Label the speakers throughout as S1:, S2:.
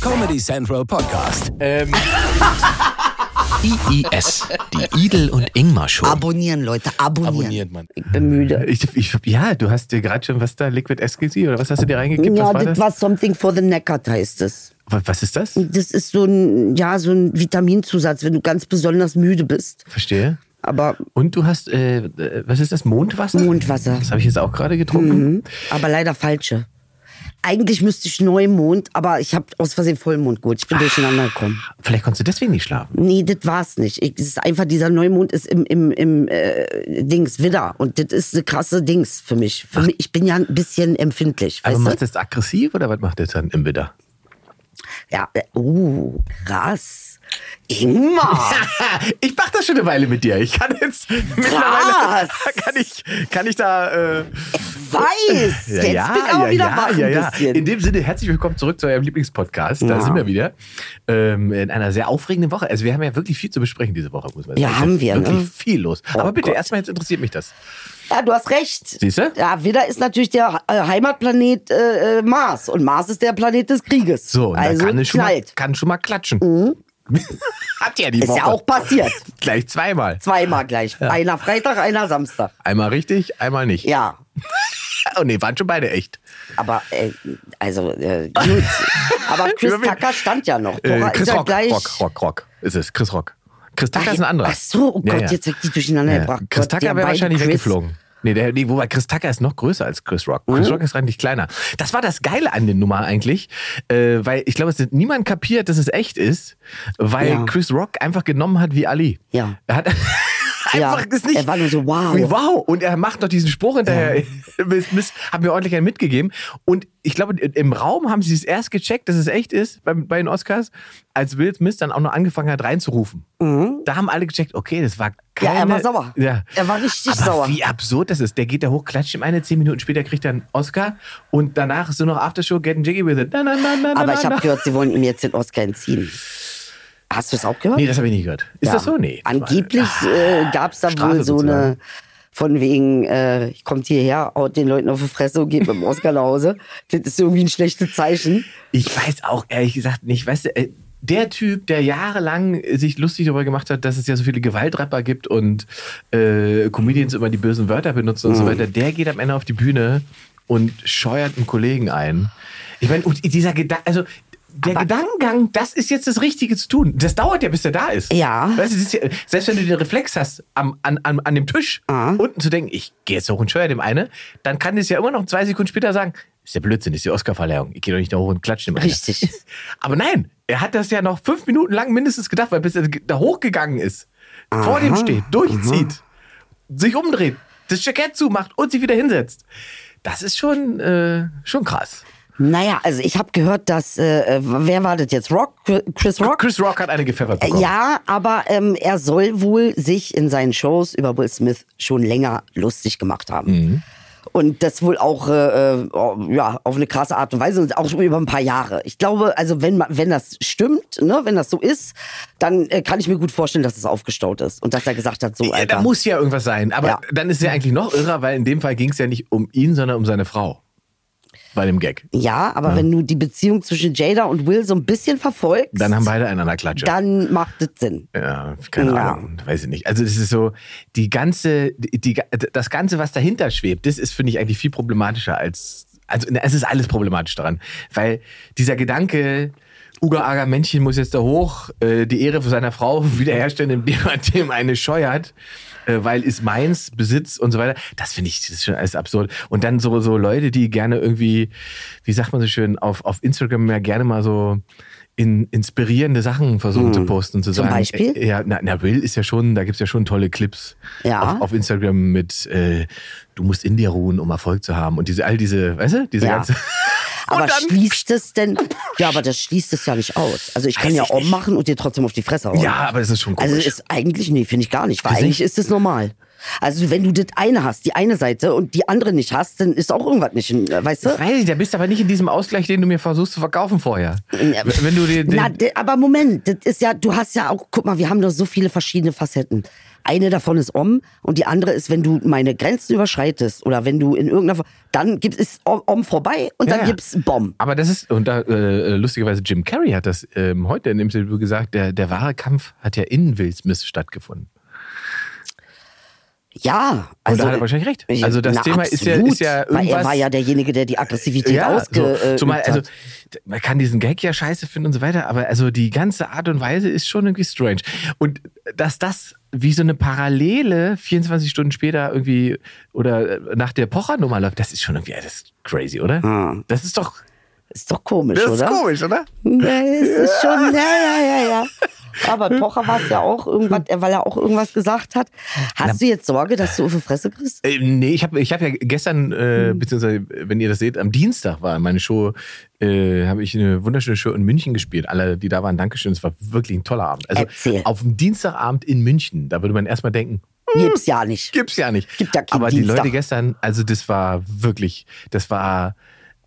S1: Comedy Central Podcast.
S2: Ähm,
S3: IIS, die Idel und Ingmar Show.
S4: Abonnieren, Leute, abonnieren.
S2: abonniert man.
S4: Ich bin müde.
S2: Ich, ich, ja, du hast dir gerade schon was da, Liquid Ecstasy oder was hast du dir reingekippt?
S4: ja,
S2: was war das?
S4: war Something for the Neckart, heißt es.
S2: Wa- was ist das?
S4: Das ist so ein, ja, so ein Vitaminzusatz, wenn du ganz besonders müde bist.
S2: Verstehe.
S4: Aber,
S2: Und du hast, äh, äh, was ist das? Mondwasser?
S4: Mondwasser.
S2: Das habe ich jetzt auch gerade getrunken.
S4: hm, aber leider falsche. Eigentlich müsste ich Neumond, aber ich habe aus Versehen Vollmond geholt. Ich bin durcheinander gekommen.
S2: Vielleicht konntest du deswegen nicht schlafen.
S4: Nee, das war's nicht. Ich, das ist einfach, dieser Neumond ist im, im, im äh, Dings Widder. Und das ist eine krasse Dings für mich. Für mich ich bin ja ein bisschen empfindlich.
S2: Aber
S4: weißt
S2: macht
S4: du?
S2: das aggressiv oder was macht das dann im Widder?
S4: Ja, äh, uh, krass. Ingmar!
S2: Ich mache das schon eine Weile mit dir. Ich kann jetzt mittlerweile kann ich, kann ich da. Äh,
S4: Weiß! Jetzt bin ich auch wieder wach ein bisschen.
S2: In dem Sinne, herzlich willkommen zurück zu eurem Lieblingspodcast. Da
S4: Ja.
S2: sind wir wieder. Ähm, in einer sehr aufregenden Woche. Also wir haben ja wirklich viel zu besprechen diese Woche, muss man sagen.
S4: Ja,
S2: Es ist
S4: haben wir, ne?
S2: Wirklich viel los. Aber bitte,
S4: Gott.
S2: erstmal jetzt interessiert mich das.
S4: Ja, du hast recht.
S2: Siehst du?
S4: Ja, Widder ist natürlich der äh, Heimatplanet äh, äh, Mars. Und Mars ist der Planet des Krieges.
S2: So, und
S4: also
S2: da kann es schon mal,
S4: knallt. Mhm.
S2: kann schon mal klatschen. Hat ja die
S4: Ist
S2: Woche.
S4: ja auch passiert.
S2: Gleich zweimal.
S4: Zweimal gleich. Einer Freitag, einer Samstag.
S2: Einmal richtig, einmal nicht.
S4: Ja,
S2: Oh nee, waren schon beide echt.
S4: aber äh, also äh, gut. aber Chris
S2: Über wen?
S4: Tucker stand ja noch.
S2: Äh,
S4: Dora
S2: Chris
S4: ist ja
S2: Rock,
S4: gleich.
S2: Rock, Rock, Rock. Ist es, Chris Rock. Chris Tucker
S4: Ach,
S2: ist ein anderer.
S4: ach so, oh
S2: Ja,
S4: Gott,
S2: ja.
S4: jetzt hab ich die durcheinander gebracht.
S2: Chris
S4: Gott,
S2: Tucker
S4: die
S2: wäre
S4: beiden
S2: wahrscheinlich
S4: Chris.
S2: weggeflogen. Nee, der, nee, wobei Chris Tucker ist noch größer als Chris Rock. Chris
S4: Oh.
S2: Rock ist eigentlich kleiner. Das war das Geile an der Nummer eigentlich, äh, weil ich glaube, es hat niemand kapiert, dass es echt ist, weil
S4: Ja.
S2: Chris Rock einfach genommen hat wie Ali.
S4: Ja.
S2: Er hat
S4: Ja,
S2: einfach das nicht.
S4: er war nur so, wow.
S2: Wie, wow. Und er macht noch diesen Spruch hinterher. Miss, miss, hat mir ordentlich einen mitgegeben. Und ich glaube, im Raum haben sie es erst gecheckt, dass es echt ist bei, bei den Oscars, als Will Smith dann auch noch angefangen hat reinzurufen. Da haben alle gecheckt, okay, das war
S4: Mhm. Ja,
S2: keine,
S4: er war sauer.
S2: Ja.
S4: Er war richtig
S2: Aber
S4: sauer.
S2: Wie absurd das ist. Der geht da hoch, klatscht ihm eine, zehn Minuten später kriegt er einen Oscar und danach ist nur noch Aftershow, Getting Jiggy with it. Na, na, na, na,
S4: Aber
S2: na,
S4: ich
S2: na.
S4: habe gehört, sie wollen ihm jetzt den Oscar entziehen. Hast du es auch gehört?
S2: Nee, das habe ich nicht gehört. Ist
S4: Ja.
S2: das so? Nee.
S4: Angeblich äh, gab es da
S2: Strafe
S4: wohl so eine
S2: sozusagen.
S4: von wegen, äh, kommt hierher, haut den Leuten auf die Fresse und geht mit dem Oscar nach Hause. Das ist irgendwie ein schlechtes Zeichen.
S2: Ich weiß auch ehrlich gesagt nicht. Weißt du, äh, der Typ, der jahrelang äh, sich lustig darüber gemacht hat, dass es ja so viele Gewaltrapper gibt und äh, Comedians immer die bösen Wörter benutzen und so weiter, der geht am Ende auf die Bühne und scheuert einen Kollegen ein. Ich meine, und dieser Gedanke, also der Gedankengang, das ist jetzt das Richtige zu tun. Das dauert ja, bis der da ist.
S4: Ja.
S2: Weißt du, Also, das ist ja selbst wenn du den Reflex hast, am, an, an, an dem Tisch unten zu denken, ich gehe jetzt hoch und scheuer dem eine, dann kann das ja immer noch zwei Sekunden später sagen, ist ja Blödsinn, ist die Oscarverleihung. Ich gehe doch nicht da hoch und klatsche dem einen.
S4: Richtig.
S2: Aber nein, er hat das ja noch fünf Minuten lang mindestens gedacht, weil bis er ge- da hochgegangen ist, vor dem steht, durchzieht, sich umdreht, das Jackett zumacht und sich wieder hinsetzt. Das ist schon, äh, schon krass.
S4: Naja, also ich habe gehört, dass, äh, äh, wer war das jetzt? Rock? Chris Rock?
S2: Chris Rock hat eine gepfeffert bekommen.
S4: Ja, aber ähm, er soll wohl sich in seinen Shows über Will Smith schon länger lustig gemacht haben.
S2: Mhm.
S4: Und das wohl auch äh, äh, ja, auf eine krasse Art und Weise und auch schon über ein paar Jahre. Ich glaube, also wenn, man- wenn das stimmt, ne, wenn das so ist, dann äh, kann ich mir gut vorstellen, dass es aufgestaut ist und dass er gesagt hat, so
S2: Ja,
S4: Alter.
S2: da muss ja irgendwas sein. Aber
S4: Ja.
S2: dann ist ja eigentlich noch irrer, weil in dem Fall ging es ja nicht um ihn, sondern um seine Frau. Bei dem Gag.
S4: ja, aber wenn du die Beziehung zwischen Jada und Will so ein bisschen verfolgst,
S2: Dann haben beide einen an der Klatsche.
S4: dann macht das Sinn.
S2: ja, keine
S4: Ja.
S2: Ahnung, weiß ich nicht. Also das ist so, die ganze, die, die, das Ganze, was dahinter schwebt, das ist, finde ich, eigentlich viel problematischer als, also na, es ist alles problematisch daran. Weil dieser Gedanke, Uga Aga Männchen muss jetzt da hoch, äh, die Ehre für seiner Frau wiederherstellen, indem man dem eine scheuert, äh, weil ist meins, Besitz und so weiter. Das finde ich, das ist schon alles absurd. Und dann so, so Leute, die gerne irgendwie, wie sagt man so schön, auf, auf Instagram ja gerne mal so in, inspirierende Sachen versuchen zu posten und zu
S4: Zum
S2: sagen.
S4: Beispiel?
S2: äh, Ja, na, na Will ist ja schon, da gibt es ja schon tolle Clips
S4: Ja.
S2: auf, auf Instagram mit äh, Du musst in dir ruhen, um Erfolg zu haben. Und diese, all diese, weißt du, diese
S4: Ja.
S2: ganze.
S4: Aber
S2: Und dann-
S4: schließt es denn? Ja, aber das schließt es ja nicht aus. Also ich kann
S2: Weiß
S4: ja
S2: ich
S4: auch
S2: nicht.
S4: machen und dir trotzdem auf die Fresse hauen.
S2: Ja, aber das ist schon komisch.
S4: Also ist eigentlich, nee, finde ich gar nicht. Weil
S2: Ist
S4: eigentlich
S2: nicht-
S4: ist es normal. Also wenn du das eine hast, die eine Seite und die andere nicht hast, dann ist auch irgendwas nicht, in- äh, weißt du?
S2: Weiß ich, da bist du aber nicht in diesem Ausgleich, den du mir versuchst zu verkaufen vorher.
S4: Äh,
S2: W- Wenn du dir den,
S4: Na, de- aber Moment, das ist ja, du hast ja auch, guck mal, wir haben doch so viele verschiedene Facetten. Eine davon ist Om und die andere ist, wenn du meine Grenzen überschreitest oder wenn du in irgendeiner Form, dann gibt es Om, Om vorbei und dann
S2: Ja, ja.
S4: gibt's Bomb.
S2: Aber das ist, und da, äh, lustigerweise, Jim Carrey hat das ähm, heute in dem Interview gesagt, der, der wahre Kampf hat ja in Will Smith stattgefunden.
S4: Ja,
S2: Und
S4: also
S2: da hat er wahrscheinlich recht. Also das
S4: na,
S2: Thema ist ja-
S4: absolut,
S2: ist ja
S4: weil er
S2: irgendwas-
S4: war ja derjenige, der die Aggressivität ausge.
S2: so,
S4: äh,
S2: zumal, also,
S4: hat.
S2: d- man kann diesen Gag ja scheiße finden und so weiter, aber also die ganze Art und Weise ist schon irgendwie strange. Und äh, dass das wie so eine Parallele 24 Stunden später irgendwie oder äh, nach der Pocher-Nummer läuft, das ist schon irgendwie alles crazy, oder?
S4: Ah.
S2: Das ist doch
S4: ist doch komisch,
S2: Hm. das ist
S4: oder?
S2: komisch, oder?
S4: Ja, es ist schon, ja, ja, ja, ja. Aber Pocher war es ja auch irgendwas, weil er auch irgendwas gesagt hat. Hast du jetzt Sorge, dass du auf die Fresse kriegst?
S2: Äh, nee, ich habe ich hab ja gestern, äh,
S4: Hm.
S2: beziehungsweise, wenn ihr das seht, am Dienstag war meine Show, äh, habe ich eine wunderschöne Show in München gespielt. Alle, die da waren, Dankeschön. Es war wirklich ein toller Abend. Also
S4: Erzähl.
S2: auf dem Dienstagabend in München, da würde man erstmal denken,
S4: Gibt's ja nicht.
S2: gibt's ja nicht.
S4: Gibt ja keinen
S2: Aber die
S4: Dienstag.
S2: Leute gestern, also das war wirklich, das war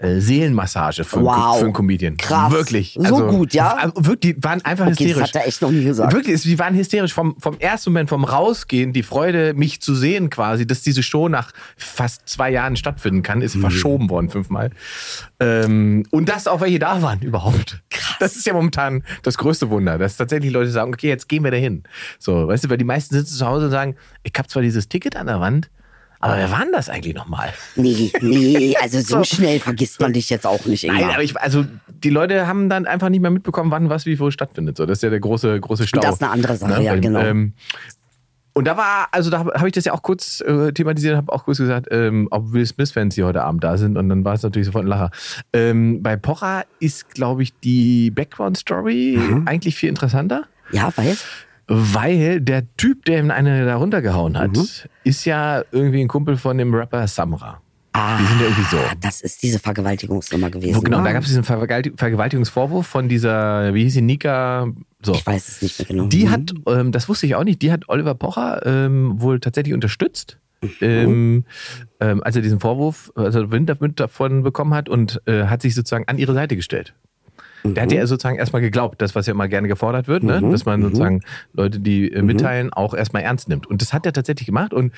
S2: äh, Seelenmassage für, einen
S4: Wow.
S2: Com- für einen Comedian.
S4: Krass.
S2: Wirklich. Also
S4: So gut, ja?
S2: w- Äh, Wirklich, die waren einfach
S4: Okay, das
S2: hysterisch.
S4: hat er echt noch nie gesagt.
S2: Wirklich, es- die waren hysterisch vom, vom ersten Moment, vom Rausgehen, die Freude, mich zu sehen quasi, dass diese Show nach fast zwei Jahren stattfinden kann,
S4: Mhm.
S2: ist verschoben worden fünfmal. Ähm, und dass auch welche da waren überhaupt. Krass. Das ist ja momentan das größte Wunder, dass tatsächlich Leute sagen, okay, jetzt gehen wir dahin. So, weißt du, weil die meisten sitzen zu Hause und sagen, ich habe zwar dieses Ticket an der Wand, aber wer war denn das eigentlich nochmal?
S4: Nee, nee, also so, schnell vergisst man dich jetzt auch nicht,
S2: Nein,
S4: Ingmar.
S2: aber ich, also die Leute haben dann einfach nicht mehr mitbekommen, wann was wie wo stattfindet. So, das ist ja der große, große Stau.
S4: Das ist eine andere Sache, ja,
S2: Weil,
S4: genau.
S2: ähm, und da war, also da habe hab ich das ja auch kurz äh, thematisiert, habe auch kurz gesagt, ähm, ob Will Smith-Fans hier heute Abend da sind. Und dann war es natürlich sofort ein Lacher. Ähm, bei Pocher ist, glaube ich, die Background-Story
S4: Mhm.
S2: eigentlich viel interessanter.
S4: Ja, weil
S2: Weil der Typ, der ihm eine da runtergehauen hat,
S4: Mhm.
S2: ist ja irgendwie ein Kumpel von dem Rapper Samra. Die sind ja irgendwie so.
S4: das ist diese Vergewaltigungsnummer gewesen.
S2: Wo, genau,
S4: ne?
S2: da gab es diesen Vergewalti- Vergewaltigungsvorwurf von dieser, wie hieß sie, Nika. So.
S4: Ich weiß es nicht mehr genau.
S2: Die hat, ähm, das wusste ich auch nicht, die hat Oliver Pocher ähm, wohl tatsächlich unterstützt,
S4: Oh.
S2: ähm, ähm, als er diesen Vorwurf, also Wind Wind davon bekommen hat und äh, hat sich sozusagen an ihre Seite gestellt. Der hat ja sozusagen erstmal geglaubt, das, was ja immer gerne gefordert wird, ne? dass man sozusagen Leute, die äh, mitteilen, auch erstmal ernst nimmt. Und das hat er tatsächlich gemacht. Und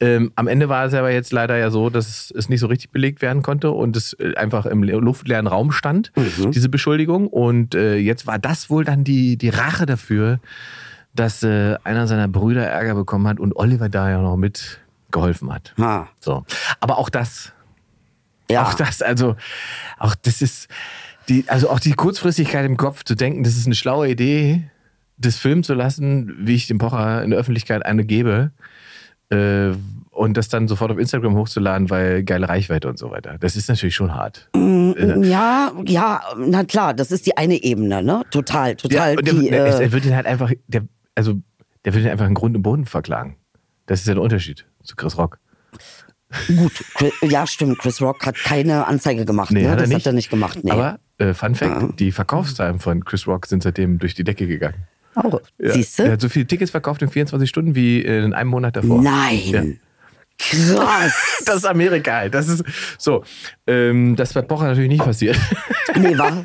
S2: ähm, am Ende war es aber jetzt leider ja so, dass es nicht so richtig belegt werden konnte und es äh, einfach im le- luftleeren Raum stand, diese Beschuldigung. Und äh, jetzt war das wohl dann die, die Rache dafür, dass äh, einer seiner Brüder Ärger bekommen hat und Oliver da ja noch mitgeholfen hat.
S4: Ha.
S2: So. Aber auch das
S4: ja.
S2: auch das, also, auch das ist, die, also auch die Kurzfristigkeit im Kopf zu denken, das ist eine schlaue Idee, das filmen zu lassen, wie ich dem Pocher in der Öffentlichkeit eine gebe. Äh, und das dann sofort auf Instagram hochzuladen, weil geile Reichweite und so weiter. Das ist natürlich schon hart.
S4: Mm, ja, ja, na klar, das ist die eine Ebene, ne? Total, total.
S2: und der,
S4: die,
S2: der,
S4: äh,
S2: er wird ihn halt einfach, der, also, der wird ihn einfach in Grund und Boden verklagen. Das ist ja der Unterschied zu Chris Rock.
S4: gut, Chris, ja, stimmt. Chris Rock hat keine Anzeige gemacht, ne? das hat er nicht gemacht. Nee. Ah.
S2: Aber, äh, Fun Fact, die Verkaufszahlen von Chris Rock sind seitdem durch die Decke gegangen.
S4: oh,
S2: Ja.
S4: siehst du?
S2: Er hat so viele Tickets verkauft in 24 Stunden wie in einem Monat davor. Ja.
S4: Nein. Krass.
S2: Das ist Amerika halt. Das ist so. Ähm, das ist bei Pocher natürlich nicht passiert.
S4: Nee, war.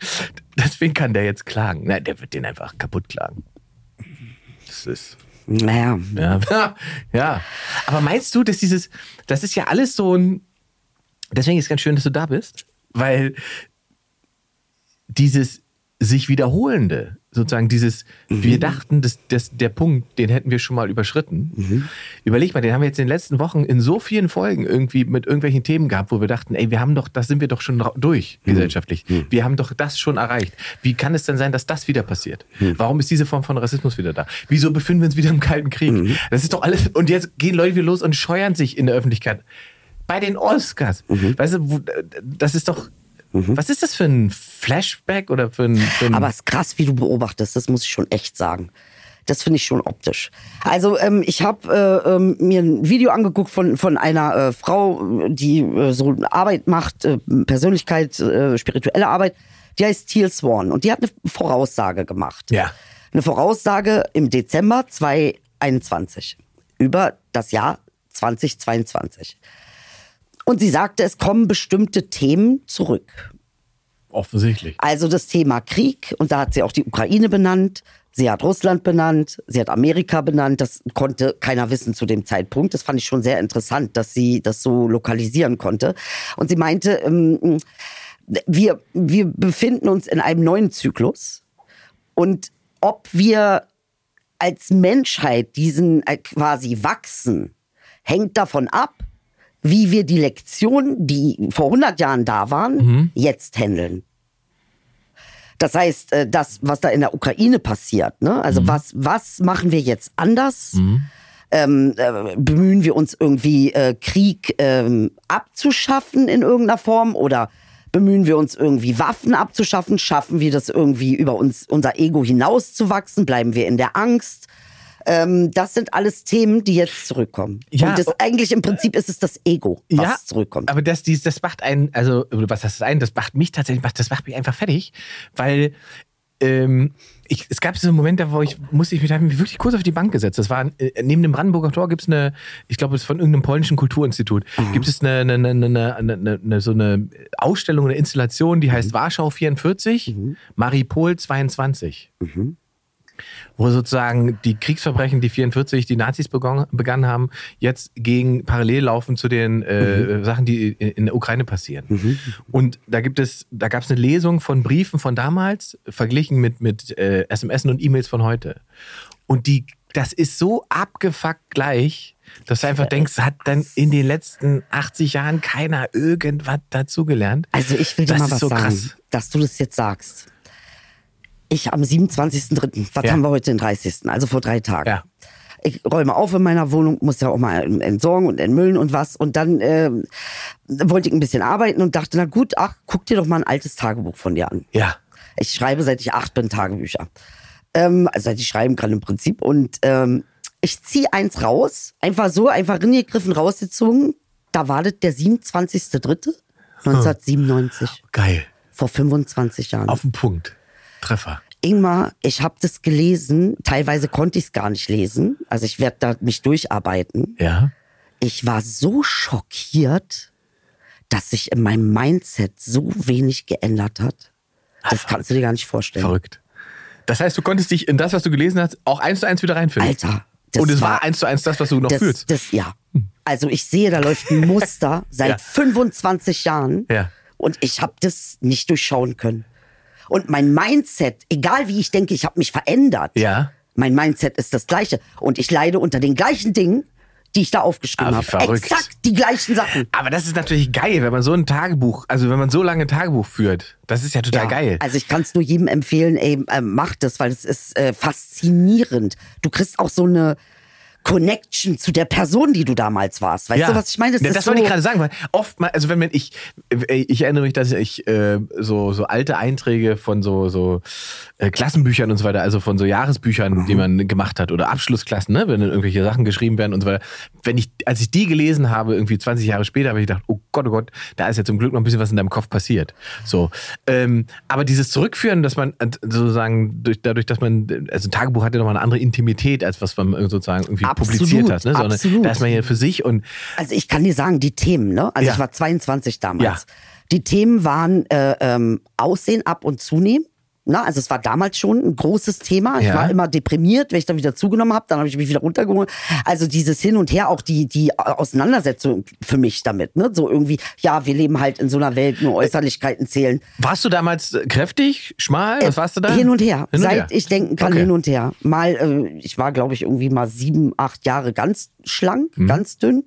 S2: Deswegen kann der jetzt klagen. Nein, der wird den einfach kaputt klagen. Das ist.
S4: Naja.
S2: Ja. ja. Aber meinst du, dass dieses. Das ist ja alles so ein. Deswegen ist es ganz schön, dass du da bist, weil dieses sich wiederholende, sozusagen dieses, wir dachten, das, das, der Punkt, den hätten wir schon mal überschritten. Überleg mal, den haben wir jetzt in den letzten Wochen in so vielen Folgen irgendwie mit irgendwelchen Themen gehabt, wo wir dachten, ey, wir haben doch, das sind wir doch schon ra- durch gesellschaftlich. Wir haben doch das schon erreicht. Wie kann es denn sein, dass das wieder passiert? Warum ist diese Form von Rassismus wieder da? Wieso befinden wir uns wieder im Kalten Krieg? Das ist doch alles, und jetzt gehen Leute wieder los und scheuern sich in der Öffentlichkeit. Bei den Oscars.
S4: Mhm.
S2: Weißt du, wo- das ist doch. Was ist das für ein Flashback oder für ein. Für ein
S4: Aber es ist krass, wie du beobachtest, das muss ich schon echt sagen. Das finde ich schon optisch. Also ähm, ich habe äh, ähm, mir ein Video angeguckt von, von einer äh, Frau, die äh, so Arbeit macht, äh, Persönlichkeit, äh, spirituelle Arbeit. Die heißt Teal Swan und die hat eine Voraussage gemacht.
S2: Ja.
S4: Eine Voraussage im Dezember 2021 über das Jahr 2022. Und sie sagte, es kommen bestimmte Themen zurück.
S2: offensichtlich.
S4: Also das Thema Krieg, und da hat sie auch die Ukraine benannt, Sie hat Russland benannt, sie hat Amerika benannt. Das konnte keiner wissen zu dem Zeitpunkt. Das fand ich schon sehr interessant, dass sie das so lokalisieren konnte. Und sie meinte, ähm, wir, wir befinden uns in einem neuen Zyklus. Und ob wir als Menschheit diesen äh, quasi wachsen, hängt davon ab, wie wir die Lektionen, die vor 100 Jahren da waren, jetzt handeln. Das heißt, äh, das, was da in der Ukraine passiert, ne? also was, was machen wir jetzt anders? ähm, äh, bemühen wir uns irgendwie äh, Krieg ähm, abzuschaffen in irgendeiner Form oder bemühen wir uns irgendwie Waffen abzuschaffen? Schaffen wir das irgendwie über uns unser Ego hinauszuwachsen? Bleiben wir in der Angst? Ähm, das sind alles Themen, die jetzt zurückkommen.
S2: Ja,
S4: Und das
S2: oh.
S4: eigentlich im Prinzip ist es das Ego, was zurückkommt.
S2: Aber das, dies, das macht einen, also, oder was heißt das ein? Das macht mich tatsächlich, macht- das macht mich einfach fertig, weil ähm, ich, es gab so einen Moment, da wo ich musste ich mich, da hab ich mich wirklich kurz auf die Bank gesetzt. Das war äh, neben dem Brandenburger Tor gibt es eine, ich glaube, es ist von irgendeinem polnischen Kulturinstitut,
S4: Mhm.
S2: gibt es eine, eine, eine, eine, eine, eine, eine, so eine Ausstellung, eine Installation, die
S4: Mhm.
S2: heißt Warschau 44, Maripol 22 wo sozusagen die Kriegsverbrechen, die 44 die Nazis begon, begangen haben, jetzt gegen parallel laufen zu den äh, Sachen, die in, in der Ukraine passieren. Und da gibt es, da gab es eine Lesung von Briefen von damals, verglichen mit, mit äh, SMS und E-Mails von heute. Und die, das ist so abgefuckt gleich, dass du einfach denkst, hat dann in den letzten 80 Jahren keiner irgendwas dazugelernt.
S4: Also ich will dir
S2: das
S4: mal
S2: ist
S4: was
S2: so
S4: sagen,
S2: krass.
S4: dass du das jetzt sagst. Ich am 27.03., was
S2: Ja.
S4: haben wir heute den 30., also vor drei Tagen.
S2: Ja.
S4: Ich räume auf in meiner Wohnung, muss ja auch mal entsorgen und entmüllen und was. Und dann ähm, wollte ich ein bisschen arbeiten und dachte, na gut, ach, guck dir doch mal ein altes Tagebuch von dir an.
S2: Ja.
S4: Ich schreibe seit ich acht bin Tagebücher. Ähm, also seit ich schreiben kann im Prinzip. Und ähm, ich ziehe eins raus, einfach so, einfach ringegriffen, rausgezogen. Da war das der 27.03.1997,
S2: Geil.
S4: vor 25 Jahren.
S2: Auf den Punkt. Treffer.
S4: Ingmar, ich habe das gelesen, teilweise konnte ich es gar nicht lesen. Also ich werde da mich durcharbeiten.
S2: Ja.
S4: Ich war so schockiert, dass sich in meinem Mindset so wenig geändert hat. Das kannst du dir gar nicht vorstellen.
S2: Verrückt. Das heißt, du konntest dich in das, was du gelesen hast, auch eins zu eins wieder reinfinden.
S4: Alter, das
S2: Und es war
S4: war-
S2: eins zu eins das, was du noch
S4: das,
S2: fühlst.
S4: Das, ja. Also ich sehe, da läuft ein Muster seit
S2: Ja.
S4: 25 Jahren
S2: Ja.
S4: und ich habe das nicht durchschauen können. Und mein Mindset, egal wie ich denke, ich habe mich verändert.
S2: Ja.
S4: Mein Mindset ist das gleiche und ich leide unter den gleichen Dingen, die ich da aufgeschrieben
S2: Ah,
S4: habe.
S2: wie verrückt.
S4: Exakt die gleichen Sachen.
S2: Aber das ist natürlich geil, wenn man so ein Tagebuch, also wenn man so lange ein Tagebuch führt. Das ist ja total
S4: Ja,
S2: geil.
S4: Also ich kann es nur jedem empfehlen, ey, äh, mach das, weil es ist äh, faszinierend. Du kriegst auch so eine Connection zu der Person, die du damals warst. Weißt du, was ich meine?
S2: Das, ja, das
S4: ist so,
S2: wollte ich gerade sagen, weil oft mal, also wenn man, ich, äh, ich erinnere mich, dass ich äh, so, so alte Einträge von so, so äh, Klassenbüchern und so weiter, also von so Jahresbüchern,
S4: Mhm.
S2: die man gemacht hat oder Abschlussklassen, ne, wenn dann irgendwelche Sachen geschrieben werden und so weiter. Wenn ich, als ich die gelesen habe, irgendwie 20 Jahre später, habe ich gedacht, oh Gott, oh Gott, da ist ja zum Glück noch ein bisschen was in deinem Kopf passiert. So. Ähm, aber dieses Zurückführen, dass man äh, sozusagen durch, dadurch, dass man, also ein Tagebuch hat ja nochmal eine andere Intimität, als was man äh, sozusagen irgendwie
S4: Absolut,
S2: publiziert hat, ne? sondern
S4: absolut.
S2: da ist man ja für sich und
S4: Also ich kann dir sagen, die Themen, ne? Also
S2: Ja.
S4: ich war 22 damals.
S2: Ja.
S4: Die Themen waren äh, ähm, Aussehen ab und zunehmen. Na, also es war damals schon ein großes Thema. Ich
S2: Ja.
S4: war immer deprimiert, wenn ich dann wieder zugenommen habe, dann habe ich mich wieder runtergeholt. Also dieses Hin und Her, auch die, die Auseinandersetzung für mich damit, ne? So irgendwie, ja, wir leben halt in so einer Welt, nur Äußerlichkeiten zählen.
S2: Warst du damals äh, kräftig, schmal? Was warst du da?
S4: Äh, Hin und her.
S2: Hin und
S4: Seit
S2: her.
S4: ich denken kann,
S2: Okay.
S4: hin und her. Mal, äh, ich war, glaube ich, irgendwie mal sieben, acht Jahre ganz schlank,
S2: Mhm.
S4: ganz dünn.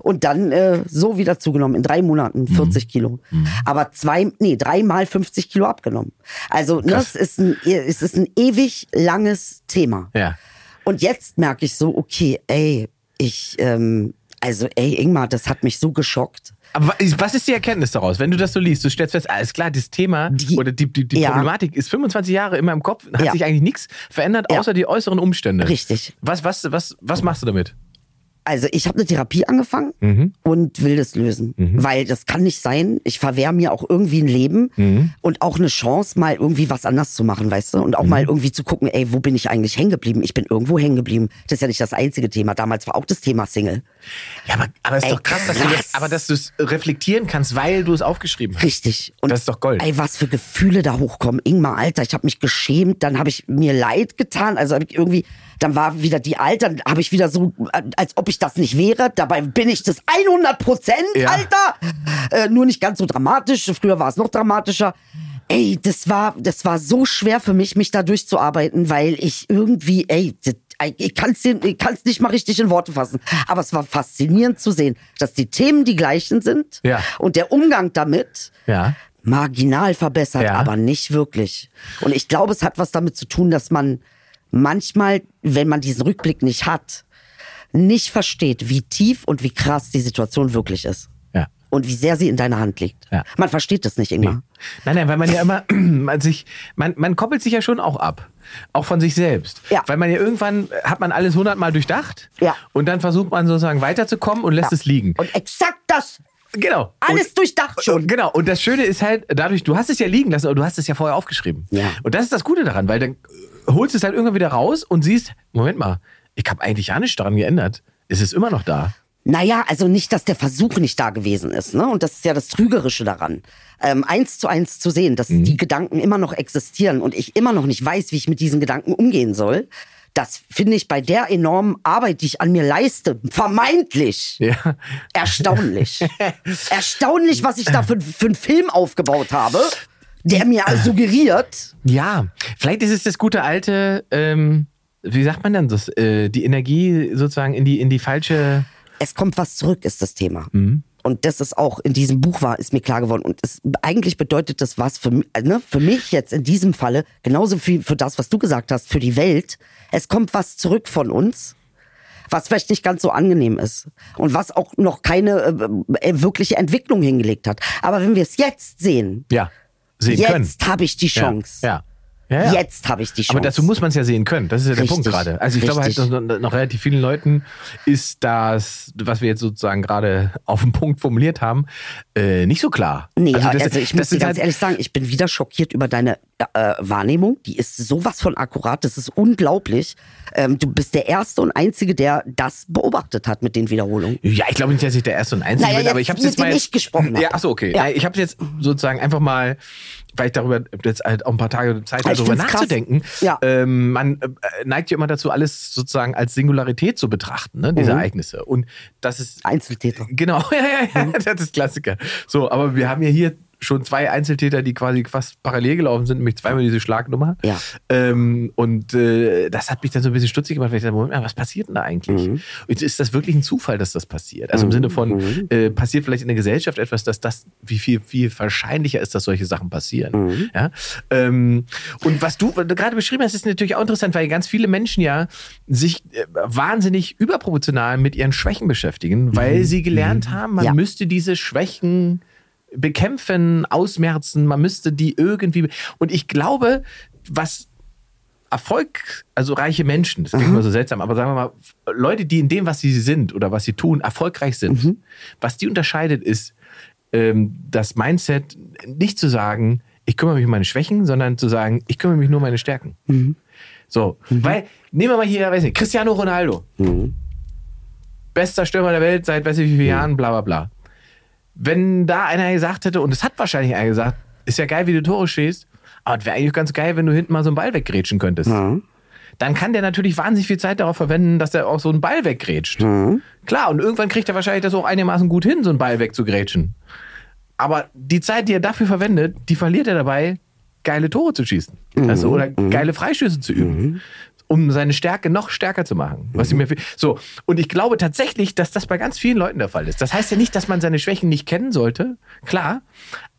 S4: Und dann äh, so wieder zugenommen, in drei
S2: Mhm.
S4: Monaten 40 Kilo. Aber zwei, nee, dreimal 50 Kilo abgenommen. Also ne,
S2: Krass.
S4: es ist ein, es ist ein ewig langes Thema.
S2: Ja.
S4: Und jetzt merke ich so, okay, ey, ich, ähm, also ey, Ingmar, das hat mich so geschockt.
S2: Aber wa- was ist die Erkenntnis daraus, wenn du das so liest? Du stellst fest, alles klar, das Thema
S4: Die-
S2: oder die, die, die
S4: Ja.
S2: Problematik ist 25 Jahre in meinem Kopf, hat
S4: Ja.
S2: sich eigentlich nichts verändert,
S4: Ja.
S2: außer die äußeren Umstände.
S4: Richtig.
S2: Was, was, was, was machst du damit?
S4: also ich habe eine Therapie angefangen und will das lösen, weil das kann nicht sein. Ich verwehre mir auch irgendwie ein Leben und auch eine Chance, mal irgendwie was anders zu machen, weißt du? Und auch mal irgendwie zu gucken, ey, wo bin ich eigentlich hängen geblieben? Ich bin irgendwo hängen geblieben. Das ist ja nicht das einzige Thema. Damals war auch das Thema Single.
S2: Ja, aber, aber ist
S4: Ey,
S2: doch krass, dass du
S4: krass.
S2: das, aber dass du es reflektieren kannst, weil du es aufgeschrieben hast.
S4: Richtig. Und
S2: Das ist doch Gold.
S4: Ey, was für Gefühle da hochkommen. Ingmar, Alter, ich habe mich geschämt, dann habe ich mir leid getan, also hab ich irgendwie, dann war wieder die Alter, dann habe ich wieder so, äh, als ob ich das nicht wäre. Dabei bin ich das 100 Prozent,
S2: Ja.
S4: Alter. Äh, nur nicht ganz so dramatisch. Früher war es noch dramatischer. Ey, das war, das war so schwer für mich, mich da durchzuarbeiten, weil ich irgendwie, ey, das, ich kann es ich kann's nicht mal richtig in Worte fassen. Aber es war faszinierend zu sehen, dass die Themen die gleichen sind
S2: Ja.
S4: und der Umgang damit
S2: Ja.
S4: marginal verbessert,
S2: Ja.
S4: aber nicht wirklich. Und ich glaube, es hat was damit zu tun, dass man manchmal, wenn man diesen Rückblick nicht hat, nicht versteht, wie tief und wie krass die Situation wirklich ist.
S2: Ja.
S4: Und wie sehr sie in deiner Hand liegt.
S2: Ja.
S4: Man versteht das nicht, Ingmar.
S2: Nein, nein, weil man ja immer, man sich, man, man koppelt sich ja schon auch ab. Auch von sich selbst.
S4: Ja.
S2: Weil man ja irgendwann äh, hat man alles hundertmal durchdacht
S4: Ja.
S2: und dann versucht man sozusagen weiterzukommen und lässt es liegen.
S4: Und exakt das.
S2: Genau.
S4: Alles
S2: und,
S4: durchdacht schon.
S2: Und genau. Und das Schöne ist halt, dadurch, du hast es ja liegen lassen, aber du hast es ja vorher aufgeschrieben.
S4: Ja.
S2: Und das ist das Gute daran, weil dann äh, holst du es halt irgendwann wieder raus und siehst, Moment mal, ich habe eigentlich ja nichts daran geändert. Es ist immer noch da.
S4: Naja, also nicht, dass der Versuch nicht da gewesen ist, ne? Und das ist ja das Trügerische daran. Ähm, eins zu eins zu sehen, dass die Gedanken immer noch existieren und ich immer noch nicht weiß, wie ich mit diesen Gedanken umgehen soll. Das finde ich bei der enormen Arbeit, die ich an mir leiste, vermeintlich
S2: Ja.
S4: erstaunlich. erstaunlich, was ich da für, für einen Film aufgebaut habe, der mir suggeriert,
S2: Ja, vielleicht ist es das gute alte, ähm, wie sagt man denn das, äh, die Energie sozusagen in die, in die falsche.
S4: es kommt was zurück, ist das Thema.
S2: Mhm.
S4: Und das ist auch in diesem Buch war, ist mir klar geworden. Und es, eigentlich bedeutet das was für, mi- äh, ne, für mich jetzt in diesem Falle, genauso wie für das, was du gesagt hast, für die Welt. Es kommt was zurück von uns, was vielleicht nicht ganz so angenehm ist. Und was auch noch keine äh, äh, wirkliche Entwicklung hingelegt hat. Aber wenn wir es jetzt sehen,
S2: Ja, sehen können.
S4: jetzt habe ich die Chance.
S2: Ja. ja. ja, ja.
S4: Jetzt habe ich die Chance.
S2: Aber dazu muss man es ja sehen können. Das ist ja der
S4: Richtig,
S2: Punkt gerade. Also ich glaube halt,
S4: richtig.
S2: dass noch, noch relativ vielen Leuten ist das, was wir jetzt sozusagen gerade auf den Punkt formuliert haben, äh, nicht so klar.
S4: Nee, also,
S2: das-
S4: ich
S2: das
S4: muss dir
S2: ist
S4: ganz
S2: halt-
S4: ehrlich sagen, ich bin wieder schockiert über deine äh, Wahrnehmung. Die ist sowas von akkurat, das ist unglaublich. Ähm, du bist der Erste und Einzige, der das beobachtet hat mit den Wiederholungen.
S2: Ja, ich glaube nicht, dass ich der Erste und Einzige
S4: Naja,
S2: bin, aber
S4: jetzt
S2: ich habe
S4: mit
S2: jetzt mal.
S4: dem ich gesprochen habe.
S2: Ja, achso, okay.
S4: Ja.
S2: Nein, Ich habe jetzt sozusagen einfach mal, weil ich darüber jetzt halt auch ein paar Tage Zeit habe,
S4: Ich
S2: darüber
S4: find's krass.
S2: nachzudenken.
S4: Ja.
S2: Ähm, man äh, neigt ja immer dazu, alles sozusagen als Singularität zu betrachten, ne, diese Ereignisse. Und das ist.
S4: Mhm. Einzeltäter. Mhm.
S2: Genau, ja, ja, ja, das ist Klassiker. So, aber wir haben ja hier schon zwei Einzeltäter, die quasi fast parallel gelaufen sind, nämlich zweimal diese Schlagnummer.
S4: Ja.
S2: Ähm, und äh, das hat mich dann so ein bisschen stutzig gemacht, weil ich dachte, Moment mal, was passiert denn da eigentlich? Und ist das wirklich ein Zufall, dass das passiert? Also im Sinne von, äh, passiert vielleicht in der Gesellschaft etwas, dass das, wie viel, viel wahrscheinlicher ist, dass solche Sachen passieren. Ja? Ähm, und was du gerade beschrieben hast, ist natürlich auch interessant, weil ganz viele Menschen ja sich äh, wahnsinnig überproportional mit ihren Schwächen beschäftigen, weil sie gelernt haben, man
S4: Ja.
S2: müsste diese Schwächen bekämpfen, ausmerzen, man müsste die irgendwie. Und ich glaube, was Erfolg, also reiche Menschen, das klingt immer so seltsam, aber sagen wir mal, Leute, die in dem, was sie sind oder was sie tun, erfolgreich sind, was die unterscheidet, ist ähm, das Mindset, nicht zu sagen, ich kümmere mich um meine Schwächen, sondern zu sagen, ich kümmere mich nur um meine Stärken. So, weil, nehmen wir mal hier, weiß nicht, Cristiano Ronaldo. Bester Stürmer der Welt seit weiß ich wie vielen Jahren, bla bla bla. Wenn da einer gesagt hätte, und es hat wahrscheinlich einer gesagt, ist ja geil, wie du Tore schießt, aber es wäre eigentlich ganz geil, wenn du hinten mal so einen Ball weggrätschen könntest. Dann kann der natürlich wahnsinnig viel Zeit darauf verwenden, dass er auch so einen Ball weggrätscht. Klar, und irgendwann kriegt er wahrscheinlich das auch einigermaßen gut hin, so einen Ball wegzugrätschen. Aber die Zeit, die er dafür verwendet, die verliert er dabei, geile Tore zu schießen. Also, oder geile Freischüsse zu üben. Um seine Stärke noch stärker zu machen. Was ihm ja viel- so. Und ich glaube tatsächlich, dass das bei ganz vielen Leuten der Fall ist. Das heißt ja nicht, dass man seine Schwächen nicht kennen sollte. Klar.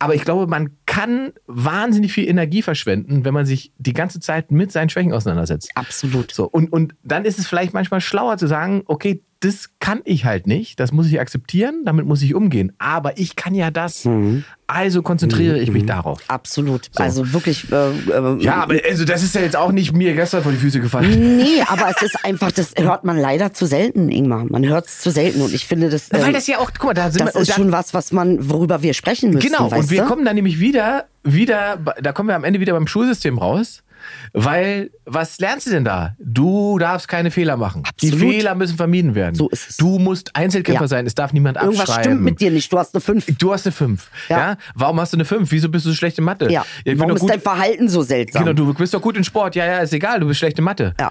S2: Aber ich glaube, man kann wahnsinnig viel Energie verschwenden, wenn man sich die ganze Zeit mit seinen Schwächen auseinandersetzt.
S4: Absolut.
S2: So, und, und dann ist es vielleicht manchmal schlauer zu sagen, okay, das kann ich halt nicht, das muss ich akzeptieren, damit muss ich umgehen. Aber ich kann ja das, also konzentriere ich mich darauf.
S4: Absolut. Also wirklich. Äh, äh,
S2: Ja, aber also das ist ja jetzt auch nicht mir gestern vor die Füße gefallen.
S4: Nee, aber es ist einfach, das hört man leider zu selten, Ingmar. Man hört es zu selten und ich finde das.
S2: Weil
S4: ähm,
S2: das ja auch, guck mal, da sind
S4: das
S2: wir. und
S4: ist
S2: da-
S4: schon was, was man, worüber wir sprechen müssen.
S2: genau,
S4: weißt
S2: und wir
S4: du?
S2: kommen dann nämlich wieder wieder, da kommen wir am Ende wieder beim Schulsystem raus. Weil, was lernst du denn da? Du darfst keine Fehler machen. Die
S4: Absolut.
S2: Fehler müssen vermieden werden.
S4: So ist es.
S2: Du musst Einzelkämpfer
S4: Ja.
S2: sein, es darf niemand abschreiben.
S4: Irgendwas stimmt mit dir nicht. Du hast eine 5.
S2: Du hast eine 5. Ja.
S4: Ja.
S2: Warum hast du eine 5? Wieso bist du so schlecht in Mathe?
S4: Ja.
S2: ich bin
S4: Warum
S2: doch
S4: ist
S2: gut,
S4: dein Verhalten so seltsam?
S2: genau, du bist doch gut in Sport. Ja, ja, ist egal, du bist schlecht in Mathe.
S4: Ja.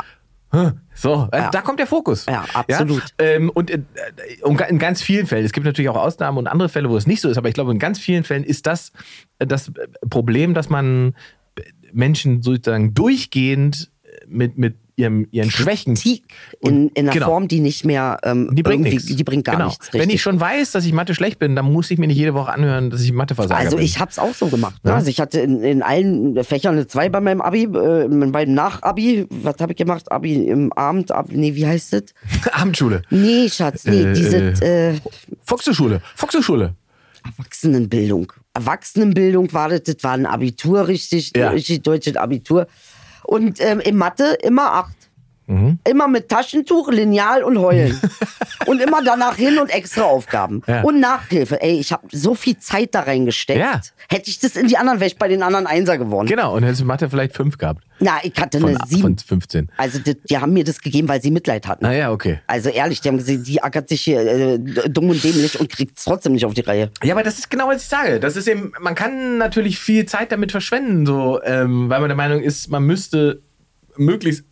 S2: Hm, So, äh,
S4: Ja.
S2: da kommt der Fokus.
S4: Ja, absolut.
S2: Ähm, und äh, und ga- in ganz vielen Fällen, es gibt natürlich auch Ausnahmen und andere Fälle, wo es nicht so ist, aber ich glaube, in ganz vielen Fällen ist das äh, das äh, Problem, dass man äh, Menschen sozusagen durchgehend äh, mit, mit ihrem, ihren Schwächen.
S4: Kritik in, in einer
S2: Hm. genau.
S4: Form, die nicht mehr ähm,
S2: Die bringt
S4: irgendwie-
S2: nichts.
S4: Die bringt gar
S2: genau.
S4: nichts.
S2: Wenn
S4: richtig.
S2: ich schon weiß, dass ich Mathe schlecht bin, dann muss ich mir nicht jede Woche anhören, dass ich Mathe versage.
S4: Also ich hab's auch so gemacht. Ne? Also ich hatte in, in allen Fächern eine 2 bei meinem Abi, äh, bei dem Nach-Abi, was habe ich gemacht? Abi im Abend, Ab, nee, wie heißt das?
S2: Abendschule.
S4: Nee, Schatz, nee,
S2: Äh,
S4: diese äh,
S2: Volkshochschule. Volkshochschule.
S4: Erwachsenenbildung. Erwachsenenbildung war das, das war ein Abitur, richtig,
S2: Ja.
S4: richtig deutsches Abitur. Und ähm, in Mathe immer acht.
S2: Mhm.
S4: Immer mit Taschentuch, Lineal und Heulen. und immer danach hin und extra Aufgaben.
S2: Ja.
S4: Und Nachhilfe. Ey, ich habe so viel Zeit da reingesteckt.
S2: Ja.
S4: Hätte ich das in die anderen, wäre ich bei den anderen Einser geworden.
S2: Genau, und hättest du Mathe vielleicht 5 gehabt.
S4: Na, ich hatte
S2: Von,
S4: eine sieben.
S2: von 15.
S4: Also die, die haben mir das gegeben, weil sie Mitleid hatten.
S2: Naja, okay.
S4: Also ehrlich, die haben gesehen, die ackert sich hier äh, dumm und dämlich und kriegt es trotzdem nicht auf die Reihe.
S2: Ja, aber das ist genau, was ich sage. Das ist eben, man kann natürlich viel Zeit damit verschwenden, so, ähm, weil man der Meinung ist, man müsste möglichst